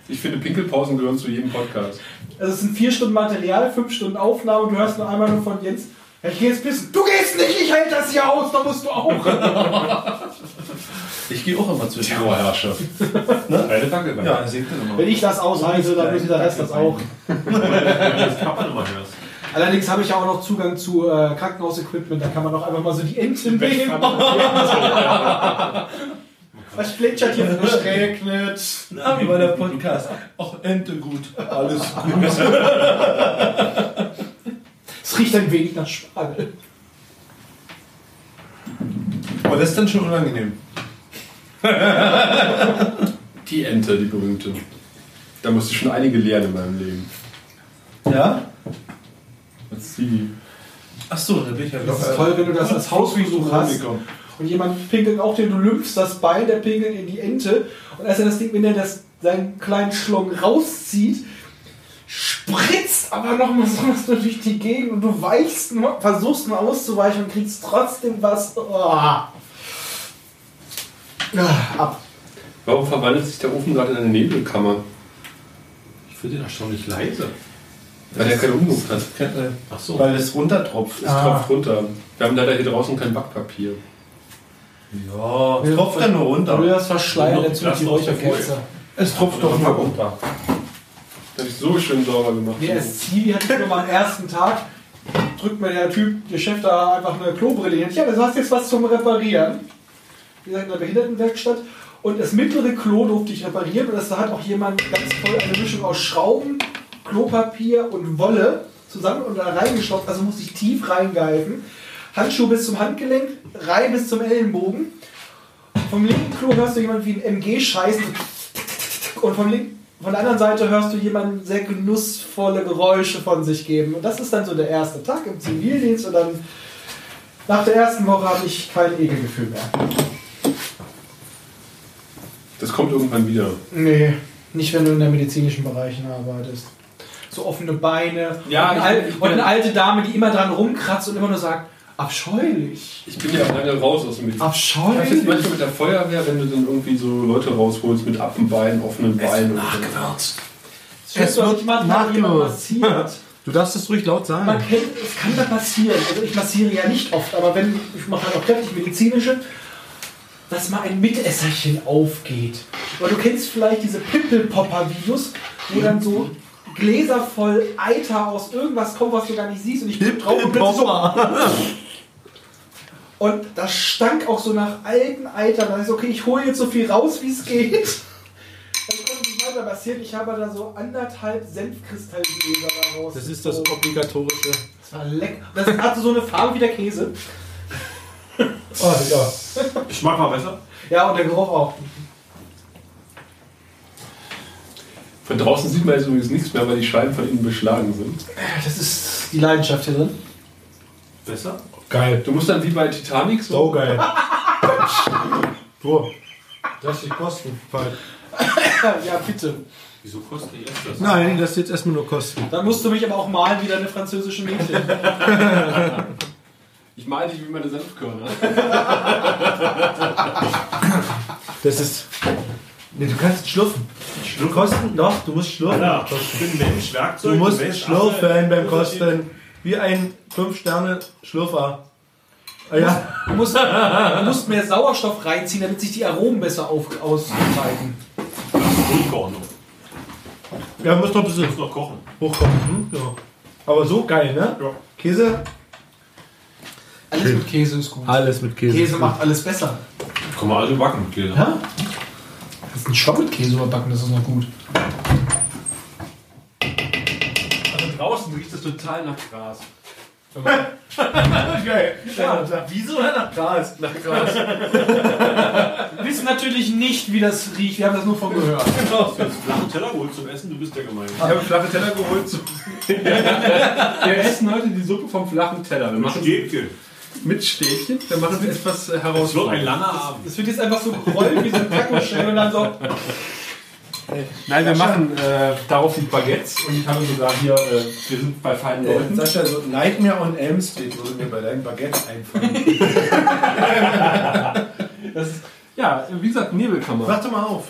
Speaker 6: Ich finde, Pinkelpausen gehören zu jedem Podcast.
Speaker 8: Also es sind vier Stunden Material, fünf Stunden Aufnahme und du hörst nur einmal nur von Jens. "Ja, Ich gehe jetzt pissen. Du gehst nicht, ich halte das hier aus, da musst du auch.
Speaker 3: Ich gehe auch immer zwischen.
Speaker 6: Terrorherrschaft. Eine Danke, danke.
Speaker 3: Ja, seht ihr
Speaker 8: Wenn
Speaker 3: nochmal.
Speaker 8: ich das aushalte, dann müssen der Rest das auch.
Speaker 10: Das kann man immer hören.
Speaker 8: Allerdings habe ich ja auch noch Zugang zu äh, Krankenhausequipment, da kann man doch einfach mal so die Enten nehmen. Was plätschert hier? Es regnet.
Speaker 3: Na, wie war der Podcast? Auch Ente gut. Alles gut.
Speaker 8: Es riecht ein wenig nach Spargel.
Speaker 3: Aber das ist dann schon unangenehm.
Speaker 6: Die Ente, die berühmte. Da musste ich schon einige lernen in meinem Leben.
Speaker 3: Ja?
Speaker 6: Als sie
Speaker 3: Achso, da bin ich ja
Speaker 8: Das ist toll, wenn du das als Hausbesuch hast und jemand pinkelt auch den, du lümpfst das Bein, der pinkelt in die Ente und als er das Ding, wenn er das, seinen kleinen Schlong rauszieht, spritzt aber nochmal sowas nur durch die Gegend und du weichst nur, versuchst nur auszuweichen und kriegst trotzdem was. Oh. Ah, ab.
Speaker 6: Warum verwandelt sich der Ofen gerade in eine Nebelkammer?
Speaker 10: Ich finde den erstaunlich leise.
Speaker 6: Weil der keine Umluft hat.
Speaker 10: äh, Ach so.
Speaker 3: Weil es runtertropft.
Speaker 6: Es tropft runter. Wir haben leider hier draußen kein Backpapier.
Speaker 3: Ja, es tropft dann nur
Speaker 8: Du
Speaker 3: runter.
Speaker 8: das verschleiern,
Speaker 10: Und noch
Speaker 8: dazu mit die
Speaker 10: Glas aus der
Speaker 8: Räucherkerze.
Speaker 3: Es tropft doch mal runter.
Speaker 6: Das habe ich so schön sauber gemacht.
Speaker 8: Nee, es Zivi hatte ich nur mal am ersten Tag. Drückt mir der Typ, der Chef da einfach eine Klobrille hin. Ja, du hast jetzt was zum Reparieren. Wie gesagt, in der Behindertenwerkstatt. Und das mittlere Klo durfte ich reparieren. Und das, da hat auch jemand ganz toll eine Mischung aus Schrauben, Klopapier und Wolle zusammen und da reingeschraubt. Also musste ich tief reingreifen. Handschuh bis zum Handgelenk, Reihe bis zum Ellenbogen. Vom linken Klo hörst du jemanden wie ein MG scheißen. Und vom linken, von der anderen Seite hörst du jemanden sehr genussvolle Geräusche von sich geben. Und das ist dann so der erste Tag im Zivildienst. Und dann nach der ersten Woche habe ich kein Ekelgefühl mehr.
Speaker 6: Das kommt irgendwann wieder.
Speaker 8: Nee, nicht wenn du in der medizinischen Bereichen arbeitest. So offene Beine
Speaker 6: Ja,
Speaker 8: und, eine
Speaker 6: ich-
Speaker 8: al-
Speaker 6: ich bin-
Speaker 8: und eine alte Dame, die immer dran rumkratzt und immer nur sagt, abscheulich,
Speaker 6: Ich bin ja lange raus aus dem Militär. Ich weiß jetzt
Speaker 8: abscheulich.
Speaker 6: manchmal mit der Feuerwehr, wenn du dann irgendwie so Leute rausholst mit Affenbeinen, offenen Beinen. und so.
Speaker 8: Es wird massiert.
Speaker 3: Du darfst es ruhig laut
Speaker 8: Man
Speaker 3: sagen.
Speaker 8: kennt, es kann da passieren. Also ich massiere ja nicht oft, aber wenn ich mache halt auch kräftig medizinische, dass mal ein Mitesserchen aufgeht. Weil du kennst vielleicht diese Pimpel-Popper-Videos, wo dann so Gläser voll Eiter aus irgendwas kommt, was du gar nicht siehst und ich guck drauf und plötzlich so, und das stank auch so nach alten Eiter. Da ist okay, ich hole jetzt so viel raus, wie es geht. Dann kommt nicht weiter passiert. Ich habe da so anderthalb Senfkristallgläser daraus.
Speaker 12: Das ist das
Speaker 8: gezogen.
Speaker 12: obligatorische.
Speaker 8: Das war lecker. Das hatte so eine Farbe wie der Käse. Oh, ja.
Speaker 10: Geschmack war besser.
Speaker 8: Ja, und der Geruch auch.
Speaker 6: Von draußen sieht man jetzt übrigens nichts mehr, weil die Scheiben von innen beschlagen sind.
Speaker 8: Das ist die Leidenschaft hier drin.
Speaker 10: Besser?
Speaker 3: Geil.
Speaker 6: Du musst dann wie bei Titanic so.
Speaker 3: So geil. Boah. Das die Kosten.
Speaker 8: Ja, bitte.
Speaker 10: Wieso kostet die erst das?
Speaker 3: Nein, das jetzt erstmal nur Kosten.
Speaker 8: Dann musst du mich aber auch malen wie deine französischen Mädchen.
Speaker 6: Ich meine dich wie meine Senfkörner.
Speaker 3: Das ist. Nee, du kannst schlürfen. Kosten? Doch, du musst schlürfen.
Speaker 10: Ja, ich bin Mensch, Werkzeug.
Speaker 3: Du also, musst
Speaker 10: Mensch,
Speaker 3: schlürfen beim
Speaker 10: Affe.
Speaker 3: Kosten. Wie ein 5-Sterne-Schlürfer. Ah, ja.
Speaker 8: Du musst, du musst mehr Sauerstoff reinziehen, damit sich die Aromen besser auf, ausbreiten.
Speaker 10: Ruhig kochen. Du
Speaker 3: Ja, muss noch ein bisschen
Speaker 10: musst noch kochen.
Speaker 3: hochkommen. Hm? Ja. Aber so geil, ne?
Speaker 10: Ja.
Speaker 3: Käse?
Speaker 8: Alles mit Käse ist gut.
Speaker 3: Alles mit Käse.
Speaker 8: Käse macht alles besser.
Speaker 10: Kann man also backen mit Gläsern.
Speaker 8: Ja? Das ist ein Schock mit Käse überbacken, das ist noch gut. Also
Speaker 6: Draußen riecht es total nach Gras.
Speaker 3: Geil.
Speaker 8: Ja.
Speaker 3: Nach Wiese oder nach Gras?
Speaker 8: Nach Gras. Wissen natürlich nicht, wie das riecht. Wir haben das nur von gehört.
Speaker 10: Genau. Du hast flache Teller geholt zum Essen, du bist der gemein.
Speaker 3: Ich habe flache Teller geholt. so-
Speaker 6: Wir essen heute die Suppe vom flachen Teller. Wir machen
Speaker 10: Stäbchen.
Speaker 8: Mit Stäbchen?
Speaker 6: Dann machen wir etwas heraus.
Speaker 10: Es wird ein langer Abend.
Speaker 8: Das wird jetzt einfach so rollen wie so ein Also, Taco-Shell und dann so.
Speaker 6: Nein, wir machen äh, darauf die Baguettes und ich habe sogar hier, äh, wir sind bei feinen
Speaker 12: Äh,
Speaker 6: Leuten.
Speaker 12: Sascha, so Nightmare on Elm Street würde mir bei deinem Baguette einfallen.
Speaker 6: Das, ja, wie gesagt, Nebelkammer.
Speaker 3: Warte mal auf.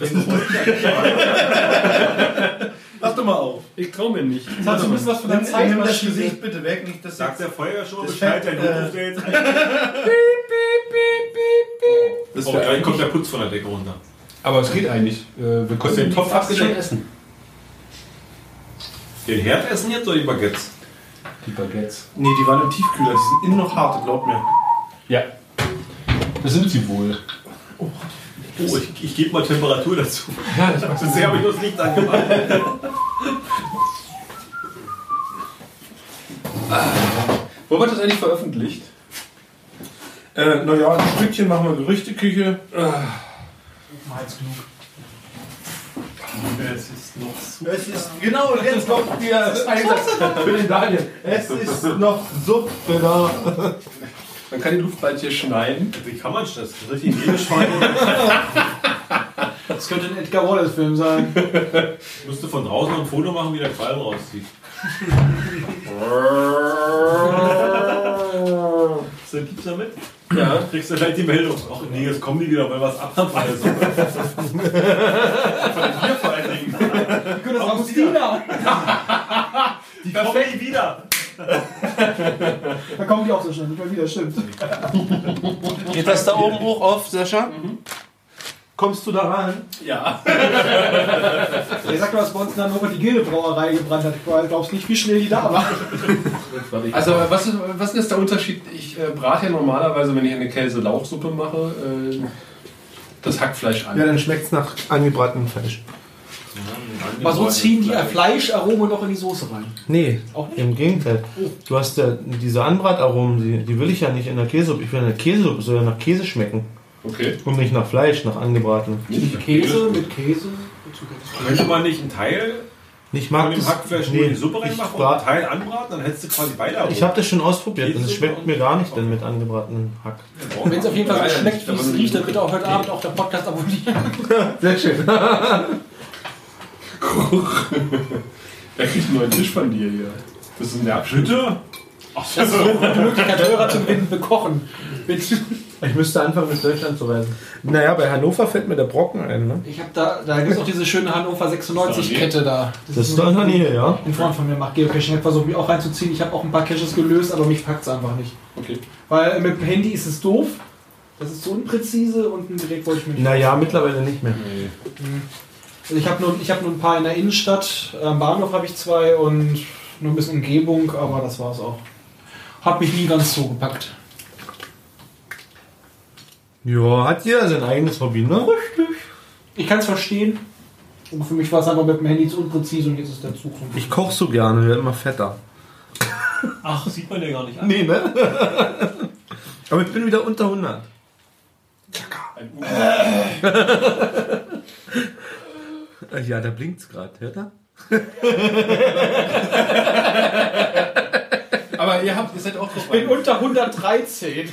Speaker 3: Warte mal auf.
Speaker 6: Ich traue mir nicht.
Speaker 8: Das hat so ein bisschen was von der
Speaker 3: Nimm, nimm das
Speaker 8: Zeitmaschine.
Speaker 3: Gesicht bitte weg, nicht das
Speaker 10: Sagt der Feuer schon,
Speaker 3: Das
Speaker 10: Bescheid,
Speaker 3: fällt,
Speaker 10: dein
Speaker 3: äh,
Speaker 10: Hund ruft dir jetzt ein.
Speaker 12: Das
Speaker 10: Oh,
Speaker 12: wär
Speaker 10: dann kommt
Speaker 12: eigentlich-
Speaker 10: der Putz von der Decke runter.
Speaker 6: Aber es geht eigentlich. Äh, wir
Speaker 10: Kannst du den Topf abgeschnitten
Speaker 6: essen.
Speaker 10: Den Herd essen jetzt oder die Baguettes?
Speaker 6: Die Baguettes.
Speaker 12: nee, die waren im Tiefkühler, die sind innen noch hart, glaub mir.
Speaker 6: Ja. Das sind sie wohl.
Speaker 10: Oh, ich, ich gebe mal Temperatur dazu.
Speaker 6: Ja, ich weiß.
Speaker 10: Bisher habe ich das Licht angemacht.
Speaker 6: Wo wird das eigentlich veröffentlicht?
Speaker 12: Äh, naja, ein Stückchen machen wir Gerüchteküche.
Speaker 10: Es ist noch so.
Speaker 3: Es ist, genau, und jetzt kommt wieder das Einsatz für den Daniel. Es ist noch Suppe da.
Speaker 6: Man kann die Luftballon hier schneiden.
Speaker 10: Wie kann man das? Das ist richtig Nebelschwein.
Speaker 8: Das könnte ein Edgar Wallace-Film sein.
Speaker 10: Ich müsste von draußen noch ein Foto machen, wie der Qualm rauszieht. So, gibt's damit? Ja. Kriegst du gleich die Meldung. Ach nee, jetzt kommen die wieder, weil was abfallen ist. Von hier vor allen Dingen.
Speaker 8: Die können das Augustiner.
Speaker 10: Die kommen nie wieder.
Speaker 8: Da kommen die auch so schnell. Nicht mal wieder, stimmt.
Speaker 12: Geht das da oben hoch auf, Sascha?
Speaker 8: Mhm.
Speaker 3: Kommst du da rein?
Speaker 10: Ja.
Speaker 8: Der sagt mal, dass bei uns in Hannover die Gildebrauerei gebrannt hat. Du glaubst nicht, wie schnell die da war.
Speaker 6: Also, was ist, was ist jetzt der Unterschied? Ich äh, brate ja normalerweise, wenn ich eine Käse-Lauchsuppe mache, äh, das Hackfleisch an.
Speaker 3: Ja, dann schmeckt's nach angebratenem Fleisch.
Speaker 8: Aber so ziehen die Fleischarome noch in die Soße rein.
Speaker 3: Nee,
Speaker 8: Auch nicht?
Speaker 3: im Gegenteil. Du hast ja diese Anbrataromen, die, die will ich ja nicht in der Käsesuppe. Ich will in der Käsesuppe, soll ja nach Käse schmecken.
Speaker 6: Okay.
Speaker 3: Und nicht nach Fleisch, nach angebratenem.
Speaker 8: Käse mit Käse. mit Zucker.
Speaker 10: Könnte man nicht einen Teil
Speaker 3: Ich
Speaker 10: von
Speaker 3: mag
Speaker 10: dem
Speaker 3: das.
Speaker 10: Hackfleisch nur
Speaker 3: nee,
Speaker 10: in die Suppe
Speaker 3: ich,
Speaker 10: reinmachen und einen
Speaker 3: brat,
Speaker 10: Teil anbraten, dann hättest du quasi beide
Speaker 3: ich habe das schon ausprobiert und es
Speaker 10: Käsesuppe
Speaker 3: schmeckt
Speaker 10: und-
Speaker 3: mir gar nicht denn mit angebratenem Hack.
Speaker 8: Wenn es auf jeden Fall so
Speaker 10: Leider
Speaker 8: schmeckt,
Speaker 10: nicht,
Speaker 8: wie
Speaker 10: aber
Speaker 8: es
Speaker 10: so
Speaker 8: riecht, dann
Speaker 10: gut.
Speaker 8: wird auch heute Abend auch der Podcast abonniert.
Speaker 3: Sehr schön.
Speaker 6: Er kriegt einen neuen Tisch von dir hier. Das ist ein Abschnitt.
Speaker 10: Bitte? Ach, das ist
Speaker 8: Die Möglichkeit, Hörer zu gewinnen, bekochen. Mit
Speaker 3: Ich müsste anfangen, mit Deutschland zu reisen. Naja, bei Hannover fällt mir der Brocken ein, ne?
Speaker 8: Ich habe da, da gibt es auch diese schöne Hannover 96-Kette da.
Speaker 3: Das ist doch in der Nähe, ja.
Speaker 8: Ein Freund von mir macht Geocaching, hat versucht mich auch reinzuziehen. Ich habe auch ein paar Caches gelöst, aber mich packt es einfach nicht.
Speaker 6: Okay.
Speaker 8: Weil mit dem Handy ist es doof, das ist zu unpräzise und einen Beleg wollte ich mir nicht.
Speaker 3: Naja, mittlerweile nicht mehr.
Speaker 8: Also ich habe nur, ich hab nur ein paar in der Innenstadt, am Bahnhof habe ich zwei und nur ein bisschen Umgebung, aber das war's auch. Hat mich nie ganz so gepackt.
Speaker 3: Ja, hat jeder sein eigenes Hobby, ne?
Speaker 8: Ich kann es verstehen, aber für mich war es einfach mit dem Handy zu unpräzise und jetzt ist der Zug.
Speaker 3: Ich koche so gerne, werde immer fetter.
Speaker 10: Ach, sieht man ja gar nicht an.
Speaker 3: Nee, ne? Aber ich bin wieder unter 100. Äh, Ja, da blinkt's gerade, hört er?
Speaker 6: Aber ihr, habt, ihr seid auch drauf
Speaker 8: Ich bin unter 113.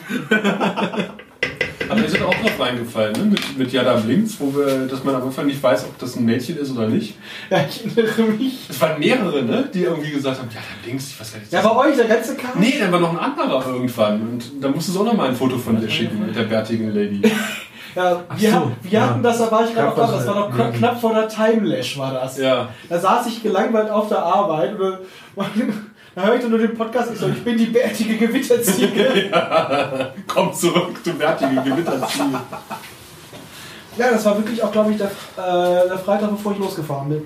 Speaker 6: Aber ihr seid auch noch reingefallen, ne? Mit, mit Jada Blinks, wo wir, dass man am Anfang nicht weiß, ob das ein Mädchen ist oder nicht.
Speaker 8: Ja, ich erinnere mich.
Speaker 6: Es waren mehrere, ne? Die irgendwie gesagt haben, Jada Blinks, ich weiß gar nicht.
Speaker 8: Ja, bei euch, der ganze Kampf.
Speaker 6: Nee, dann war noch ein anderer irgendwann. Und da musstest du auch noch mal ein Foto von dir schicken mit der bärtigen Lady.
Speaker 8: Ja, wir,
Speaker 3: so,
Speaker 8: haben- wir
Speaker 3: ja.
Speaker 8: hatten das, da war ich gerade
Speaker 3: Gab
Speaker 8: noch da,
Speaker 3: das
Speaker 8: das war noch knapp- knapp vor der Timelash war das.
Speaker 6: Ja.
Speaker 8: Da saß ich gelangweilt auf der Arbeit und da höre ich dann nur den Podcast, ich so, ich bin die bärtige Gewitterziege.
Speaker 6: Komm zurück, du bärtige Gewitterziege.
Speaker 8: ja, das war wirklich auch, glaube ich, der, äh, der Freitag, bevor ich losgefahren bin.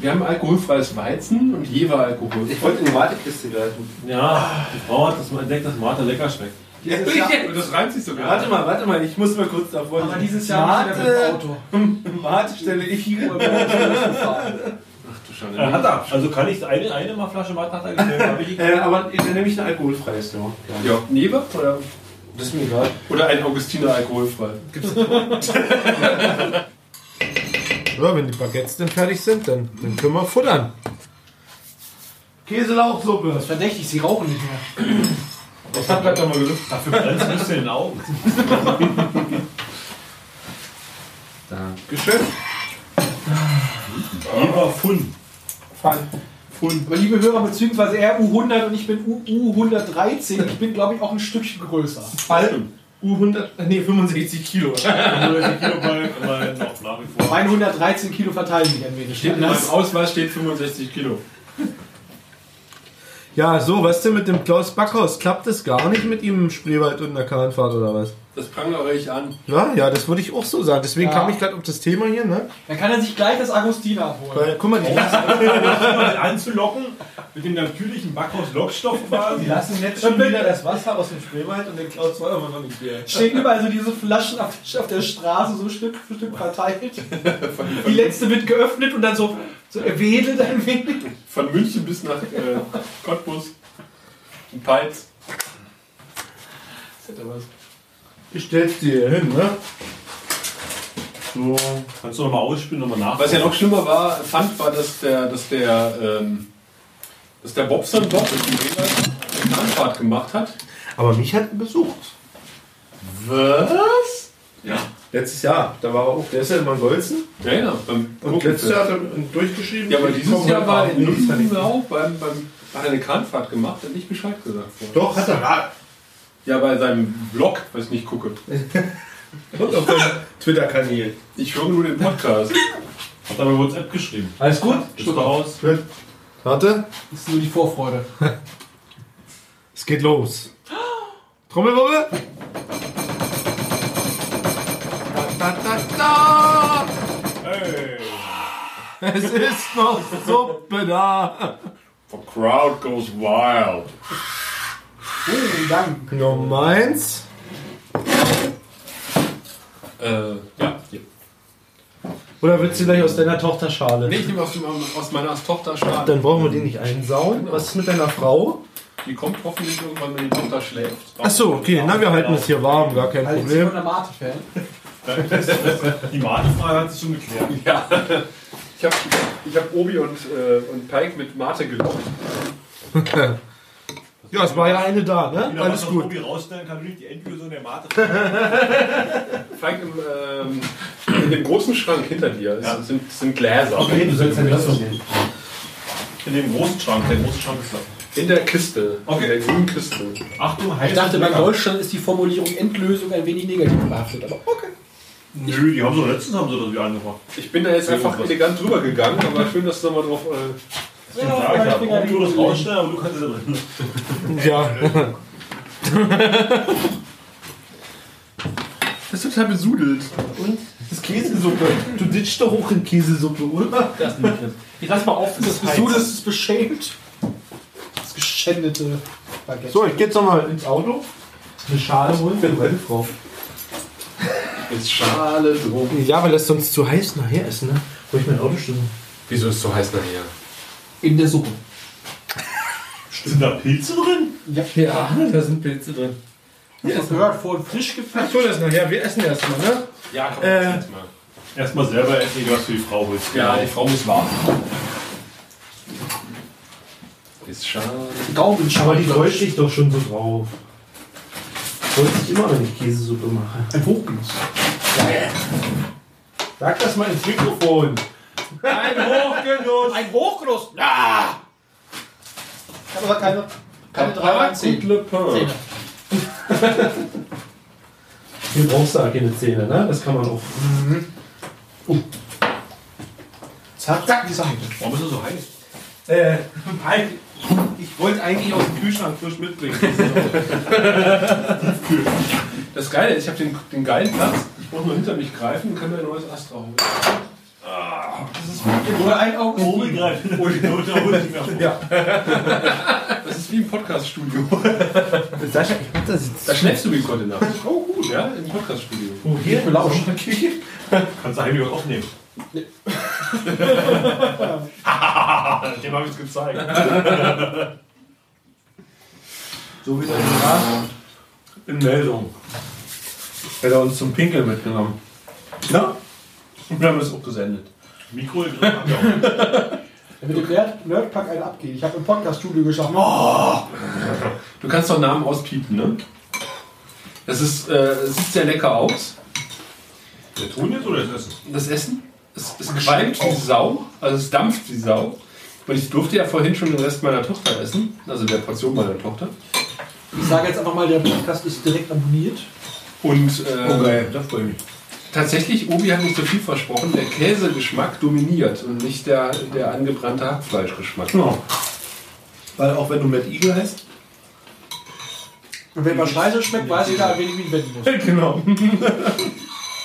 Speaker 6: Wir haben alkoholfreies Weizen und Jever alkoholfrei.
Speaker 12: Ich wollte in die Wartekiste greifen.
Speaker 10: Ja, die Frau hat das mal entdeckt, dass Martha lecker schmeckt.
Speaker 12: Dieses Jahr,
Speaker 6: Und das reimt sich sogar.
Speaker 12: warte mal, warte mal, ich muss mal kurz davor.
Speaker 8: Aber dieses Jahr nicht mehr mit dem
Speaker 12: Warte, stelle ich hier.
Speaker 8: Auto.
Speaker 12: Ach du
Speaker 6: schon.
Speaker 10: Äh, hat er. Also kann ich eine, eine mal Flasche Malt hat er gestellt. hab ich die-
Speaker 4: Äh, aber dann nehme ich ein alkoholfreies, ja.
Speaker 6: Ja, Nebe oder,
Speaker 4: Das ist mir egal.
Speaker 6: oder ein Augustiner alkoholfrei.
Speaker 3: Ja, wenn die Baguettes dann fertig sind, dann, dann können wir futtern.
Speaker 4: Käselauchsuppe.
Speaker 8: Verdächtig, sie rauchen nicht mehr.
Speaker 10: Ich hab gleich nochmal gesagt, dafür brennt es ein bisschen in den Augen.
Speaker 3: Dankeschön.
Speaker 10: Lieber Fun.
Speaker 8: Aber liebe Hörer, beziehungsweise er U100 und ich bin UU113. Ich bin, glaube ich, auch ein Stückchen größer.
Speaker 4: Fall. U100, nee, 65 Kilo.
Speaker 10: Mein
Speaker 8: Mein 113 Kilo verteilen sich ein wenig.
Speaker 6: Steht in meinem Ausweis steht 65 Kilo.
Speaker 3: Ja, so, was denn mit dem Klaus Backhaus? Klappt es gar nicht mit ihm im Spreewald und der Kahnfahrt oder was?
Speaker 6: Das prangere ich an.
Speaker 3: Ja, ja, das würde ich auch so sagen. Deswegen
Speaker 8: Ja.
Speaker 3: kam ich gerade auf das Thema hier, ne?
Speaker 8: Dann kann er sich gleich das Agostino abholen.
Speaker 3: Weil, guck mal, die,
Speaker 10: anzulocken mit dem natürlichen Backhaus-Lockstoff quasi.
Speaker 4: lassen jetzt schon wieder das Wasser aus dem Spreewald und den Klaus Feuermann noch nicht mehr.
Speaker 8: Stehen überall so diese Flaschen auf, auf der Straße so Stück für Stück verteilt. Die letzte wird geöffnet und dann so, so erwedelt ein wenig.
Speaker 6: Von München bis nach äh, Cottbus. Und Peitz. Das hätte was.
Speaker 4: Ich stell's dir hin, ne?
Speaker 10: So, kannst du nochmal ausspielen, nochmal nach.
Speaker 6: Was ja noch schlimmer war, fand, war, dass der, dass der, ähm, dass der Bobson Bob mit dem Wähler eine Kahnfahrt gemacht hat.
Speaker 4: Aber mich hat er besucht.
Speaker 6: Was? Ja.
Speaker 4: Letztes Jahr, da war er auch, der ist ja in Mangolzen.
Speaker 6: Ja, ja. Beim
Speaker 4: Und letztes Jahr hat er durchgeschrieben.
Speaker 6: ja, aber dieses
Speaker 4: Komm,
Speaker 6: Jahr war er in
Speaker 4: Münster nicht.
Speaker 6: München auch beim, beim, hat er eine Kahnfahrt gemacht und nicht Bescheid gesagt. Vorher.
Speaker 4: Doch, hat er.
Speaker 6: Ja, bei seinem Blog, was ich nicht gucke.
Speaker 4: Und auf seinem Twitter-Kanal.
Speaker 6: Ich höre nur den Podcast.
Speaker 10: Hat er bei WhatsApp geschrieben.
Speaker 4: Alles gut?
Speaker 10: Bist du raus?
Speaker 3: warte,
Speaker 8: Das ist nur die Vorfreude.
Speaker 3: es geht los. Trommelwirbel? Da, da, da,
Speaker 10: Hey.
Speaker 3: da. Es ist noch Suppe da.
Speaker 6: The crowd goes wild.
Speaker 8: Vielen Dank.
Speaker 3: Nur meins.
Speaker 6: Äh, ja.
Speaker 3: Oder willst du gleich aus deiner Tochterschale?
Speaker 6: Nee, ich nehme aus, dem, aus meiner Tochter Staat.
Speaker 3: Dann brauchen wir die nicht einsauen. Was ist mit deiner Frau?
Speaker 6: Die kommt hoffentlich irgendwann, wenn die Tochter schläft.
Speaker 3: Achso, okay, na, wir halten es hier warm, gar kein
Speaker 8: Also ich bin
Speaker 3: Problem.
Speaker 8: von der Mate-Fan.
Speaker 10: Die Martin-Frage hat sich schon geklärt.
Speaker 6: Ja. Ich habe ich hab Obi und, äh, und Pike mit Mate gelockt.
Speaker 3: Ja, es war ja eine da, ne?
Speaker 10: Wieder
Speaker 3: Alles
Speaker 10: was aus
Speaker 3: gut.
Speaker 10: Obi rausstellen kann natürlich die Endlösung der Martin.
Speaker 6: Pike im, ähm, in dem großen Schrank hinter dir ist, sind, sind Gläser.
Speaker 4: Nee, du sollst ja das nehmen.
Speaker 10: In dem großen Schrank. Der große Schrank ist da.
Speaker 6: In der Kiste.
Speaker 10: Okay.
Speaker 6: In der grünen Kiste.
Speaker 10: Achtung, heiß.
Speaker 8: Ich dachte, bei
Speaker 10: Lecker.
Speaker 8: Deutschland ist die Formulierung Endlösung ein wenig negativ behaftet. Aber okay.
Speaker 10: Nö, die haben so letztens haben sie das wieder angemacht.
Speaker 6: Ich bin da jetzt einfach elegant drüber gegangen, aber schön, dass du nochmal drauf. Äh,
Speaker 10: Ja, ich hab auch du das rausstellen, aber du kannst es da drin.
Speaker 3: Ja.
Speaker 6: das ist
Speaker 4: halt
Speaker 6: total besudelt.
Speaker 4: Das ist Käsesuppe. Du ditchst doch auch in Käsesuppe, oder?
Speaker 8: Ich lass mal auf, das ist so, das ist beschämt. Das geschändete Baguette.
Speaker 4: So, ich geh jetzt nochmal ins Auto. Eine Schale holen für meine Frau.
Speaker 6: Ist Schale drum.
Speaker 3: Ja, weil das sonst zu heiß nachher ist, ne?
Speaker 4: Soll ich mein Auto stimmen?
Speaker 6: Wieso ist es so heiß nachher?
Speaker 8: In der Suppe.
Speaker 10: Sind da Pilze drin?
Speaker 3: Ja, da sind Pilze drin.
Speaker 8: Ich hab gehört, vorhin frisch gefärbt.
Speaker 3: So, das nachher. Wir essen erstmal, ne?
Speaker 6: Ja, komm,
Speaker 3: Äh.
Speaker 6: jetzt mal.
Speaker 10: Erstmal selber essen, egal was für die Frau holst.
Speaker 6: Ja, die Frau muss warten. Ist Schale.
Speaker 4: Aber
Speaker 8: Gaumenschau.
Speaker 4: die täuscht dich doch schon so drauf. Freut sich immer, wenn ich Käsesuppe mache. Ein Hochgenuss. Sag das mal ins Mikrofon.
Speaker 8: Ein Hochgenuss. Ja. Ich habe aber keine, keine drei
Speaker 6: Und Le Pen.
Speaker 4: Hier brauchst du auch keine Zähne, ne? Das kann man auch.
Speaker 8: Zack, zack, die Seite.
Speaker 10: Warum ist das so heiß?
Speaker 4: Äh, Mike, ich wollte eigentlich aus dem Kühlschrank frisch mitbringen.
Speaker 6: Das Geile ist, ich habe den, den geilen Platz. Ich brauche nur hinter mich greifen und kann mir ein neues Astra holen.
Speaker 8: Oder ein Auge.
Speaker 10: Obi greift in der Unterhose. Ja.
Speaker 6: Das ist wie im Podcaststudio.
Speaker 3: Sascha, ich mach das jetzt.
Speaker 6: Da schläfst du übrigens heute Nacht. Oh, gut. Ja, im Podcaststudio.
Speaker 4: Oh, hier? Lausch.
Speaker 10: Kannst du heimlich auch aufnehmen.
Speaker 6: Dem habe ich es gezeigt.
Speaker 3: So wie der Pirat.
Speaker 6: In Meldung. Hätte er uns zum Pinkeln mitgenommen.
Speaker 3: Na?
Speaker 6: Und wir haben es auch gesendet.
Speaker 10: Mikro im Griff haben wir auch.
Speaker 8: Damit dem Nerd Nerdpack einen abgeht. Ich habe im Podcast-Studio geschafft. Oh!
Speaker 6: Du kannst doch Namen auspiepen, ne? Das ist, äh, es sieht sehr lecker aus.
Speaker 10: Wir tun jetzt oder das Essen?
Speaker 6: Das Essen. Es, es qualmt wie Sau. Also es dampft wie Sau. Und ich durfte ja vorhin schon den Rest meiner Tochter essen. Also der Portion meiner Tochter.
Speaker 8: Ich sage jetzt einfach mal, der Podcast ist direkt abonniert.
Speaker 6: Und
Speaker 3: Oh,
Speaker 6: äh,
Speaker 3: da freue ich mich.
Speaker 6: tatsächlich, Obi hat nicht so viel versprochen. Der Käsegeschmack dominiert und nicht der, der angebrannte Hackfleischgeschmack.
Speaker 3: Weil auch wenn du Matt Eagle heißt,
Speaker 8: Und wenn man scheiße schmeckt, weiß ich da, an wen ich mich wenden muss.
Speaker 6: Genau.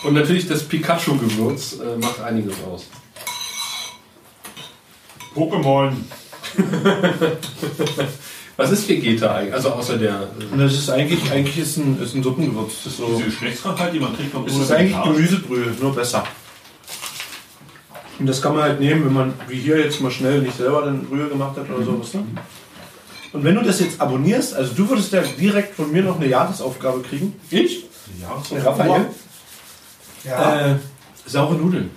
Speaker 6: Und natürlich das Pikachu-Gewürz äh, macht einiges aus.
Speaker 10: Pokémon.
Speaker 6: Was ist Vegeta eigentlich? Also außer der.
Speaker 3: und das ist eigentlich, eigentlich ist ein, ist ein Suppengewürz. Das ist so,
Speaker 10: Diese Geschlechtskrankheit, die man kriegt vom
Speaker 3: es ist eigentlich Gemüsebrühe, nur besser. Und das kann man halt nehmen, wenn man, wie hier jetzt mal schnell, nicht selber dann Brühe gemacht hat oder so, weißt du? Und wenn du das jetzt abonnierst, also du würdest ja direkt von mir noch eine Jahresaufgabe kriegen. Ich?
Speaker 10: Ja, so.
Speaker 3: Raphael?
Speaker 8: Ja.
Speaker 3: Äh, saure Nudeln.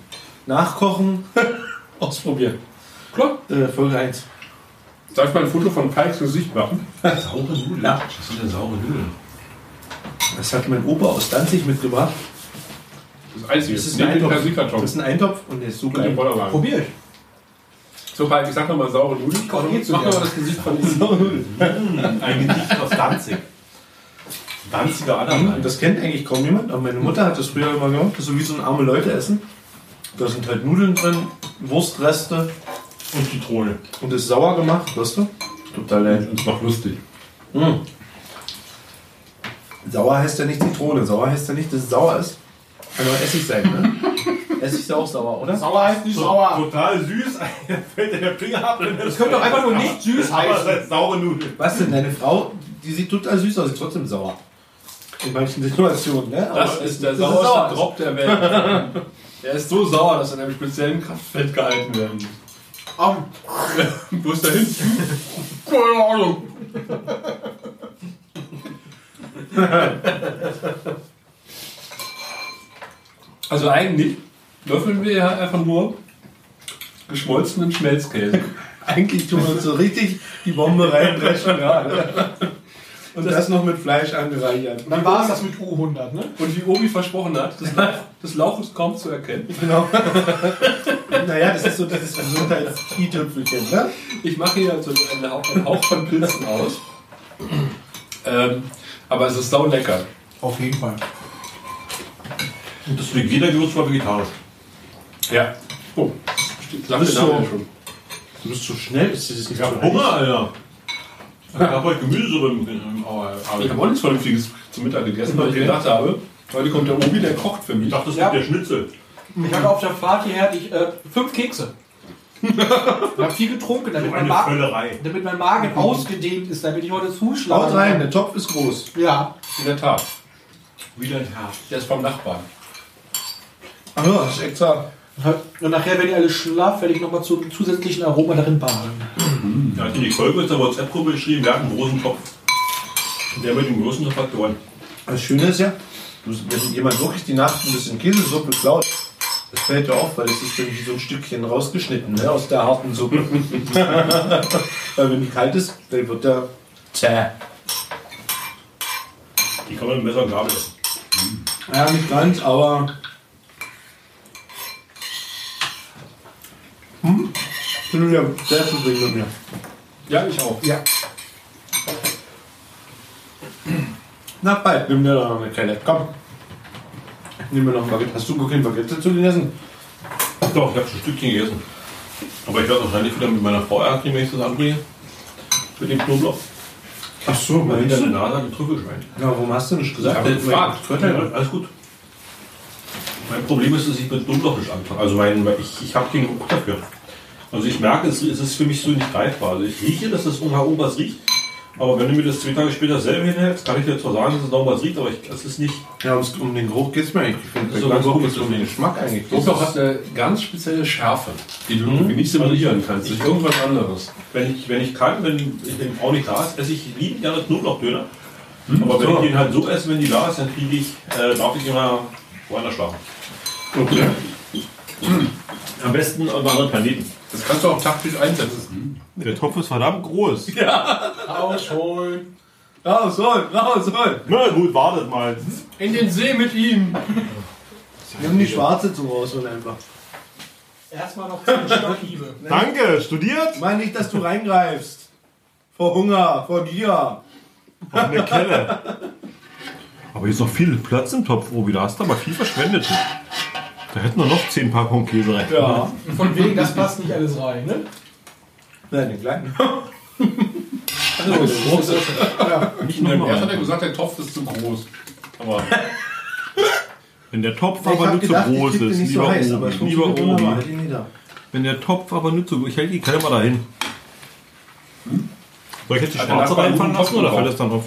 Speaker 3: Nachkochen. Ausprobieren.
Speaker 6: Klar.
Speaker 3: Äh, Folge 1.
Speaker 6: Darf ich mal ein Foto von Kalks Gesicht machen?
Speaker 10: Saure Nudeln. Was sind denn saure Nudeln?
Speaker 3: Das hat mein Opa aus Danzig mitgebracht.
Speaker 6: Das Einzige.
Speaker 3: Das ist
Speaker 6: Neben
Speaker 3: ein
Speaker 6: dem
Speaker 3: Eintopf.
Speaker 6: Persilkarton.
Speaker 3: Das ist ein Eintopf und der ist so
Speaker 6: Und dem
Speaker 3: geil.
Speaker 6: Bollerwagen.
Speaker 8: Probier ich.
Speaker 6: So, Kalk, ich sag nochmal saure Nudeln.
Speaker 8: Gott, geht's so
Speaker 6: Mach
Speaker 8: gerne.
Speaker 6: nochmal das Gesicht von diesem.
Speaker 10: Ein Gedicht aus Danzig. Danziger Adamlein.
Speaker 3: Das kennt eigentlich kaum jemand, aber meine Mutter hat das früher immer gemacht. Das ist so wie so ein arme Leute essen. Da sind halt Nudeln drin, Wurstreste
Speaker 10: Und Zitrone.
Speaker 3: und ist sauer gemacht, weißt du? Total leid.
Speaker 6: Das macht lustig.
Speaker 3: Sauer heißt ja nicht Zitrone, sauer heißt ja nicht, dass es sauer ist. Kann nur Essig sein, ne? Essig ist ja auch sauer, oder?
Speaker 8: Sauer heißt nicht sauer.
Speaker 10: Total süß. Da fällt dir der Finger ab. Das
Speaker 8: Es könnte doch einfach nur nicht süß
Speaker 10: Aber es
Speaker 8: heißen.
Speaker 10: sind saure Nudeln.
Speaker 3: Was denn, deine Frau, die sieht total süß aus, ist trotzdem sauer. In manchen Situationen, ne? Aber
Speaker 6: Das ist der
Speaker 3: das ist sauer.
Speaker 6: sauerste Drop der Welt. Der ist so sauer, dass er in einem speziellen Kraftfeld gehalten werden muss.
Speaker 8: Am
Speaker 6: Wo ist der hin? Keine Ahnung. Also eigentlich löffeln wir ja einfach nur geschmolzenen Schmelzkäse.
Speaker 3: Eigentlich tun wir uns so richtig die Bombe reinbrechen gerade. Und das, noch mit Fleisch angereichert.
Speaker 8: Dann war es das mit U100, ne?
Speaker 6: Und wie Obi versprochen hat, das Lauch, das Lauch ist kaum zu erkennen.
Speaker 3: Genau. naja, das ist so dieses Gesundheits-I-Tüpfelchen, ne?
Speaker 6: Ich mache hier also einen Hauch, einen Hauch von Pilzen aus. Ähm, aber es ist sau lecker.
Speaker 8: Auf jeden Fall.
Speaker 10: Und das Vegeta-Gewürz war vegetarisch.
Speaker 6: Ja. Oh, steht sagt der
Speaker 3: so-
Speaker 6: Name ja schon.
Speaker 3: Du bist so schnell, ist dieses nicht
Speaker 10: Ich hab Hunger, Alter. Ich hab heute Gemüse drin. im- im- aber- aber
Speaker 6: Ich habe auch nichts Vernünftiges zum Mittag gegessen, weil ich gedacht habe, heute kommt der Obi, der kocht für
Speaker 10: Ich
Speaker 6: mich.
Speaker 10: dachte, das
Speaker 8: Ja.
Speaker 10: ist der Schnitzel.
Speaker 8: Ich hatte auf der Fahrt hierher hatte ich, äh, fünf Kekse. Ich habe viel getrunken, damit
Speaker 10: So
Speaker 8: mein,
Speaker 10: eine
Speaker 8: Magen,
Speaker 10: Völlerei.
Speaker 8: damit mein Magen ausgedehnt ist, damit ich heute zuschlage.
Speaker 3: Haut rein, der Topf ist groß.
Speaker 8: Ja.
Speaker 6: In der Tat.
Speaker 10: Wieder ein Herbst.
Speaker 6: Der ist vom Nachbarn.
Speaker 3: Ach ja, das ist extra.
Speaker 8: Und nachher, wenn ihr alle schlaft, werde ich nochmal zu einem zusätzlichen Aroma darin baden.
Speaker 10: Da hat die Nicole kurz in der WhatsApp-Gruppe geschrieben, wir haben einen großen Topf. Und der mit dem großen Topf hat gewonnen.
Speaker 3: Das Schöne ist ja, du- wenn jemand wirklich die Nacht ein bisschen Käsesuppe klaut, das fällt ja auf, weil es ist irgendwie so ein Stückchen rausgeschnitten, ne? Aus der harten Suppe. weil wenn die kalt ist, dann wird der zäh.
Speaker 10: Die kann man mit Messer und Gabel essen.
Speaker 3: Ja, nicht ganz, aber. Hm? hm, Bin wieder sehr zufrieden mit mir.
Speaker 6: Ja, ich auch.
Speaker 8: Ja.
Speaker 3: Na, bald. Nimm dir doch noch eine Kelle. Komm. Nimm mir noch ein Baguette. Hast du gar kein Baguette zu gegessen?
Speaker 10: Doch, ich habe schon ein Stückchen gegessen. Aber ich werde wahrscheinlich wieder mit meiner Frau ärgern, wenn ich das anbringe. Mit dem Knoblauch.
Speaker 3: Ach so,
Speaker 10: Weil
Speaker 3: mein
Speaker 10: hinter der
Speaker 3: Na,
Speaker 10: Nase hat ein Trüffelschwein.
Speaker 3: warum hast du ne? nicht gesagt?
Speaker 10: Ich habe
Speaker 3: Mein-
Speaker 10: gefragt.
Speaker 3: mein- mein-
Speaker 10: alles gut. Mein Problem ist, dass ich mit Knoblauch nicht anfange. Also mein, weil ich, ich habe keinen Geruch dafür. Also ich merke, es, es ist für mich so nicht greifbar. Also ich rieche, dass das um Herr Obers riecht. Aber wenn du mir das zwei Tage später selber hinhältst, kann ich dir zwar sagen, dass es noch was riecht, aber ich, es ist nicht.
Speaker 3: Ja, ums- um den Geruch geht's mir eigentlich. Ich finde,
Speaker 10: Das ist
Speaker 3: so ganz
Speaker 10: so
Speaker 3: gut
Speaker 10: ganz
Speaker 3: ist um den Geschmack eigentlich.
Speaker 10: Knoblauch hat eine ganz spezielle Schärfe, die du
Speaker 13: Hm?
Speaker 10: irgendwie nicht simulieren kannst. Das ist irgendwas anderes. Wenn Hm? Also ich, wenn ich kann, wenn ich den auch nicht da ist, esse ich liebend gerne Knoblauchdöner.
Speaker 13: Hm?
Speaker 10: Aber wenn
Speaker 3: so.
Speaker 10: ich den halt so esse, wenn die da ist, dann kriege ich, äh, darf ich immer woanders schlafen.
Speaker 13: Okay. Am besten auf einem anderen Planeten.
Speaker 6: Das kannst du auch taktisch einsetzen.
Speaker 13: Der Topf ist verdammt groß.
Speaker 6: Ausholen.
Speaker 3: Raus, holen, raus, holen.
Speaker 13: Na gut, wartet mal.
Speaker 6: In den See mit ihm.
Speaker 3: Wir haben die schwarze zum Rausholen einfach.
Speaker 8: Erstmal noch zehn Stockhiebe.
Speaker 13: Danke, studiert?
Speaker 3: Ich meine nicht, dass du reingreifst. Vor Hunger, vor Gier.
Speaker 13: Auf eine Kelle. Aber hier ist noch viel Platz im Topf, Obi. Da hast du aber viel verschwendet. Da hätten wir noch 10 Packungen Käse rein.
Speaker 3: Ja.
Speaker 8: Von wegen, das passt nicht alles rein, ne?
Speaker 3: Nein, den kleinen.
Speaker 13: Nicht
Speaker 6: Im
Speaker 13: nur noch
Speaker 6: ersten hat er gesagt, der Topf ist zu groß.
Speaker 13: aber Wenn der Topf
Speaker 3: Ich
Speaker 13: aber
Speaker 3: hab
Speaker 13: nur zu
Speaker 3: gedacht, ich
Speaker 13: groß
Speaker 3: krieg den
Speaker 13: ist,
Speaker 3: nicht so
Speaker 13: lieber
Speaker 3: heiß, aber es
Speaker 13: Obi, lieber
Speaker 3: funktioniert wunderbar. Halt
Speaker 13: Obi.
Speaker 3: ihn nieder.
Speaker 13: Wenn der Topf aber nur zu groß Ich hätte die Kelle mal dahin. Soll ich jetzt die
Speaker 10: Hat der
Speaker 13: Schwarze
Speaker 10: Nachbar
Speaker 13: reinfahren
Speaker 10: einen guten
Speaker 13: lassen oder
Speaker 10: Topf
Speaker 13: fällt das dann auf?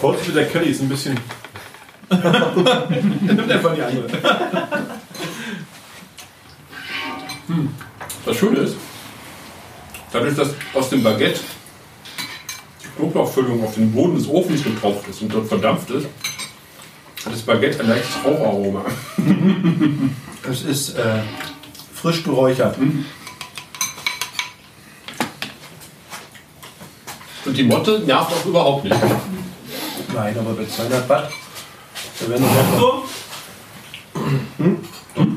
Speaker 10: Vorsicht mit der Kelly ist ein bisschen.
Speaker 3: Nimmt einfach die andere.
Speaker 6: Das Schöne ist, dadurch, dass aus dem Baguette die Knoblauchfüllung auf den Boden des Ofens getropft ist und dort verdampft ist, hat das Baguette ein leichtes Raucharoma.
Speaker 3: Es ist äh, frisch geräuchert.
Speaker 6: Und die Motte nervt auch überhaupt nicht.
Speaker 3: Nein, aber bei 200 Watt. Da werden wir Doktor? Hm?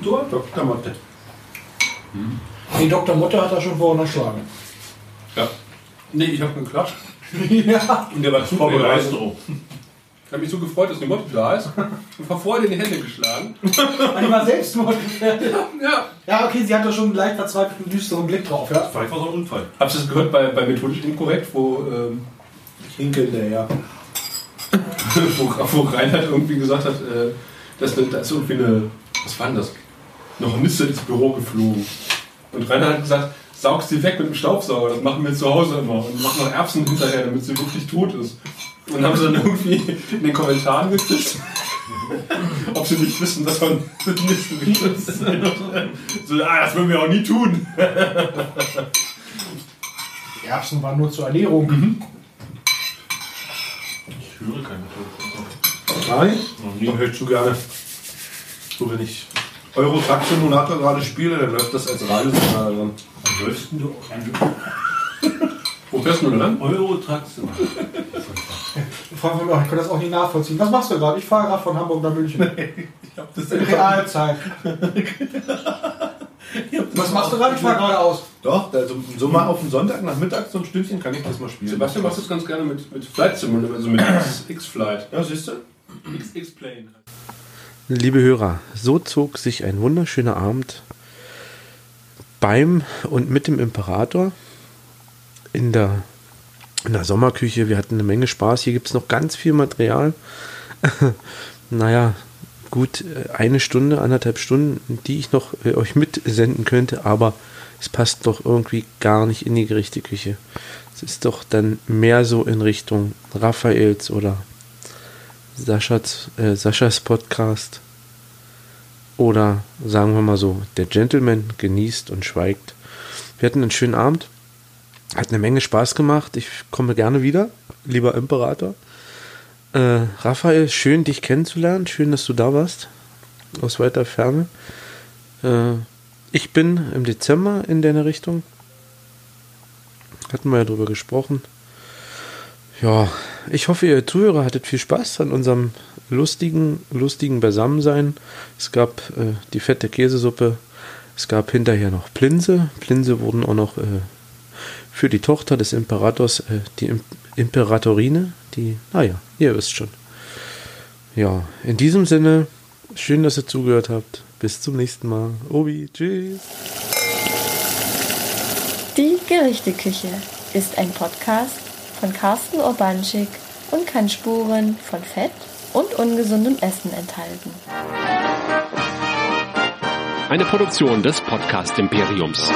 Speaker 3: Doktor? Doktor Motte.
Speaker 8: Hm? Nee, Dr. Motte hat da schon vorher noch Schlagen.
Speaker 6: Ja. Nee, ich habe geklatscht.
Speaker 8: ja.
Speaker 6: Und der war zu
Speaker 13: Vor
Speaker 6: begeistert.
Speaker 13: Begeisterung.
Speaker 6: Ich habe mich so gefreut, dass die Motte da ist. Und war vorher in die Hände geschlagen.
Speaker 8: Die war selbstmordgefährdet.
Speaker 6: Ja.
Speaker 8: Ja, okay, sie hat da schon einen leicht verzweifelten, düsteren Blick drauf, ja?
Speaker 13: Vielleicht war es auch ein Unfall.
Speaker 6: Habt ihr das gehört bei, bei Methodisch Inkorrekt, wo, ähm,
Speaker 3: Hinkelnde, ja.
Speaker 6: wo, wo Reinhard irgendwie gesagt hat, äh, dass eine, da ist irgendwie eine, was war denn das? Eine Hornisse ins Büro geflogen. Und Reinhard hat gesagt, saug sie weg mit dem Staubsauger, das machen wir zu Hause immer. Und machen noch Erbsen hinterher, damit sie wirklich tot ist. Und haben sie dann irgendwie in den Kommentaren gekriegt, ob sie nicht wissen, dass Hornissen geschützt sind.
Speaker 13: So, ah, das würden wir auch nie tun.
Speaker 8: Die Erbsen waren nur zur Ernährung.
Speaker 3: Mhm.
Speaker 13: Ich höre keine Topf.
Speaker 3: Nein? Dann hörst du gerne. So, wenn ich Euro-Truck-Simulator gerade spiele, dann läuft das als Radiosignal drin.
Speaker 13: Wann läufst denn du auf einen
Speaker 6: Wo fährst du denn lang?
Speaker 13: Euro-Taxi?
Speaker 8: Ich frage mich auch, ich kann das auch nicht nachvollziehen. Was machst du gerade? Ich fahre gerade von Hamburg nach München.
Speaker 3: Das
Speaker 8: In Realzeit. Was machst du gerade? Ich fahre geradeaus.
Speaker 3: Doch, also so mal auf den Sonntagnachmittag so ein Stündchen kann ich das mal spielen.
Speaker 6: Sebastian macht das ganz gerne mit, mit Flight Simulator, also mit X- X-Flight.
Speaker 3: Ja, siehst du?
Speaker 6: X-Plane.
Speaker 4: Liebe Hörer, so zog sich ein wunderschöner Abend beim und mit dem Imperator in der, in der Sommerküche. Wir hatten eine Menge Spaß. Hier gibt es noch ganz viel Material. naja, gut, äh, eine Stunde, anderthalb Stunden, die ich noch äh, euch mitsenden könnte, aber es passt doch irgendwie gar nicht in die Gerichteküche. Es ist doch dann mehr so in Richtung Raphaels oder Saschas, äh, Saschas Podcast oder sagen wir mal so, der Gentleman genießt und schweigt. Wir hatten einen schönen Abend, hat eine Menge Spaß gemacht. Ich komme gerne wieder, lieber Imperator. Äh, Raphael, schön dich kennenzulernen, schön, dass du da warst, aus weiter Ferne. Äh, ich bin im Dezember in deine Richtung. Hatten wir ja drüber gesprochen. Ja, ich hoffe, ihr Zuhörer hattet viel Spaß an unserem lustigen, lustigen Beisammensein. Es gab äh, die fette Käsesuppe, es gab hinterher noch Plinse. Plinse wurden auch noch äh, für die Tochter des Imperators, äh, die Im Imperatorine, die, naja, ihr wisst schon. Ja, in diesem Sinne, schön, dass ihr zugehört habt. Bis zum nächsten Mal. Obi, tschüss.
Speaker 2: Die Gerichteküche ist ein Podcast von Carsten Urbanschik und kann Spuren von Fett und ungesundem Essen enthalten.
Speaker 14: Eine Produktion des Podcast Imperiums.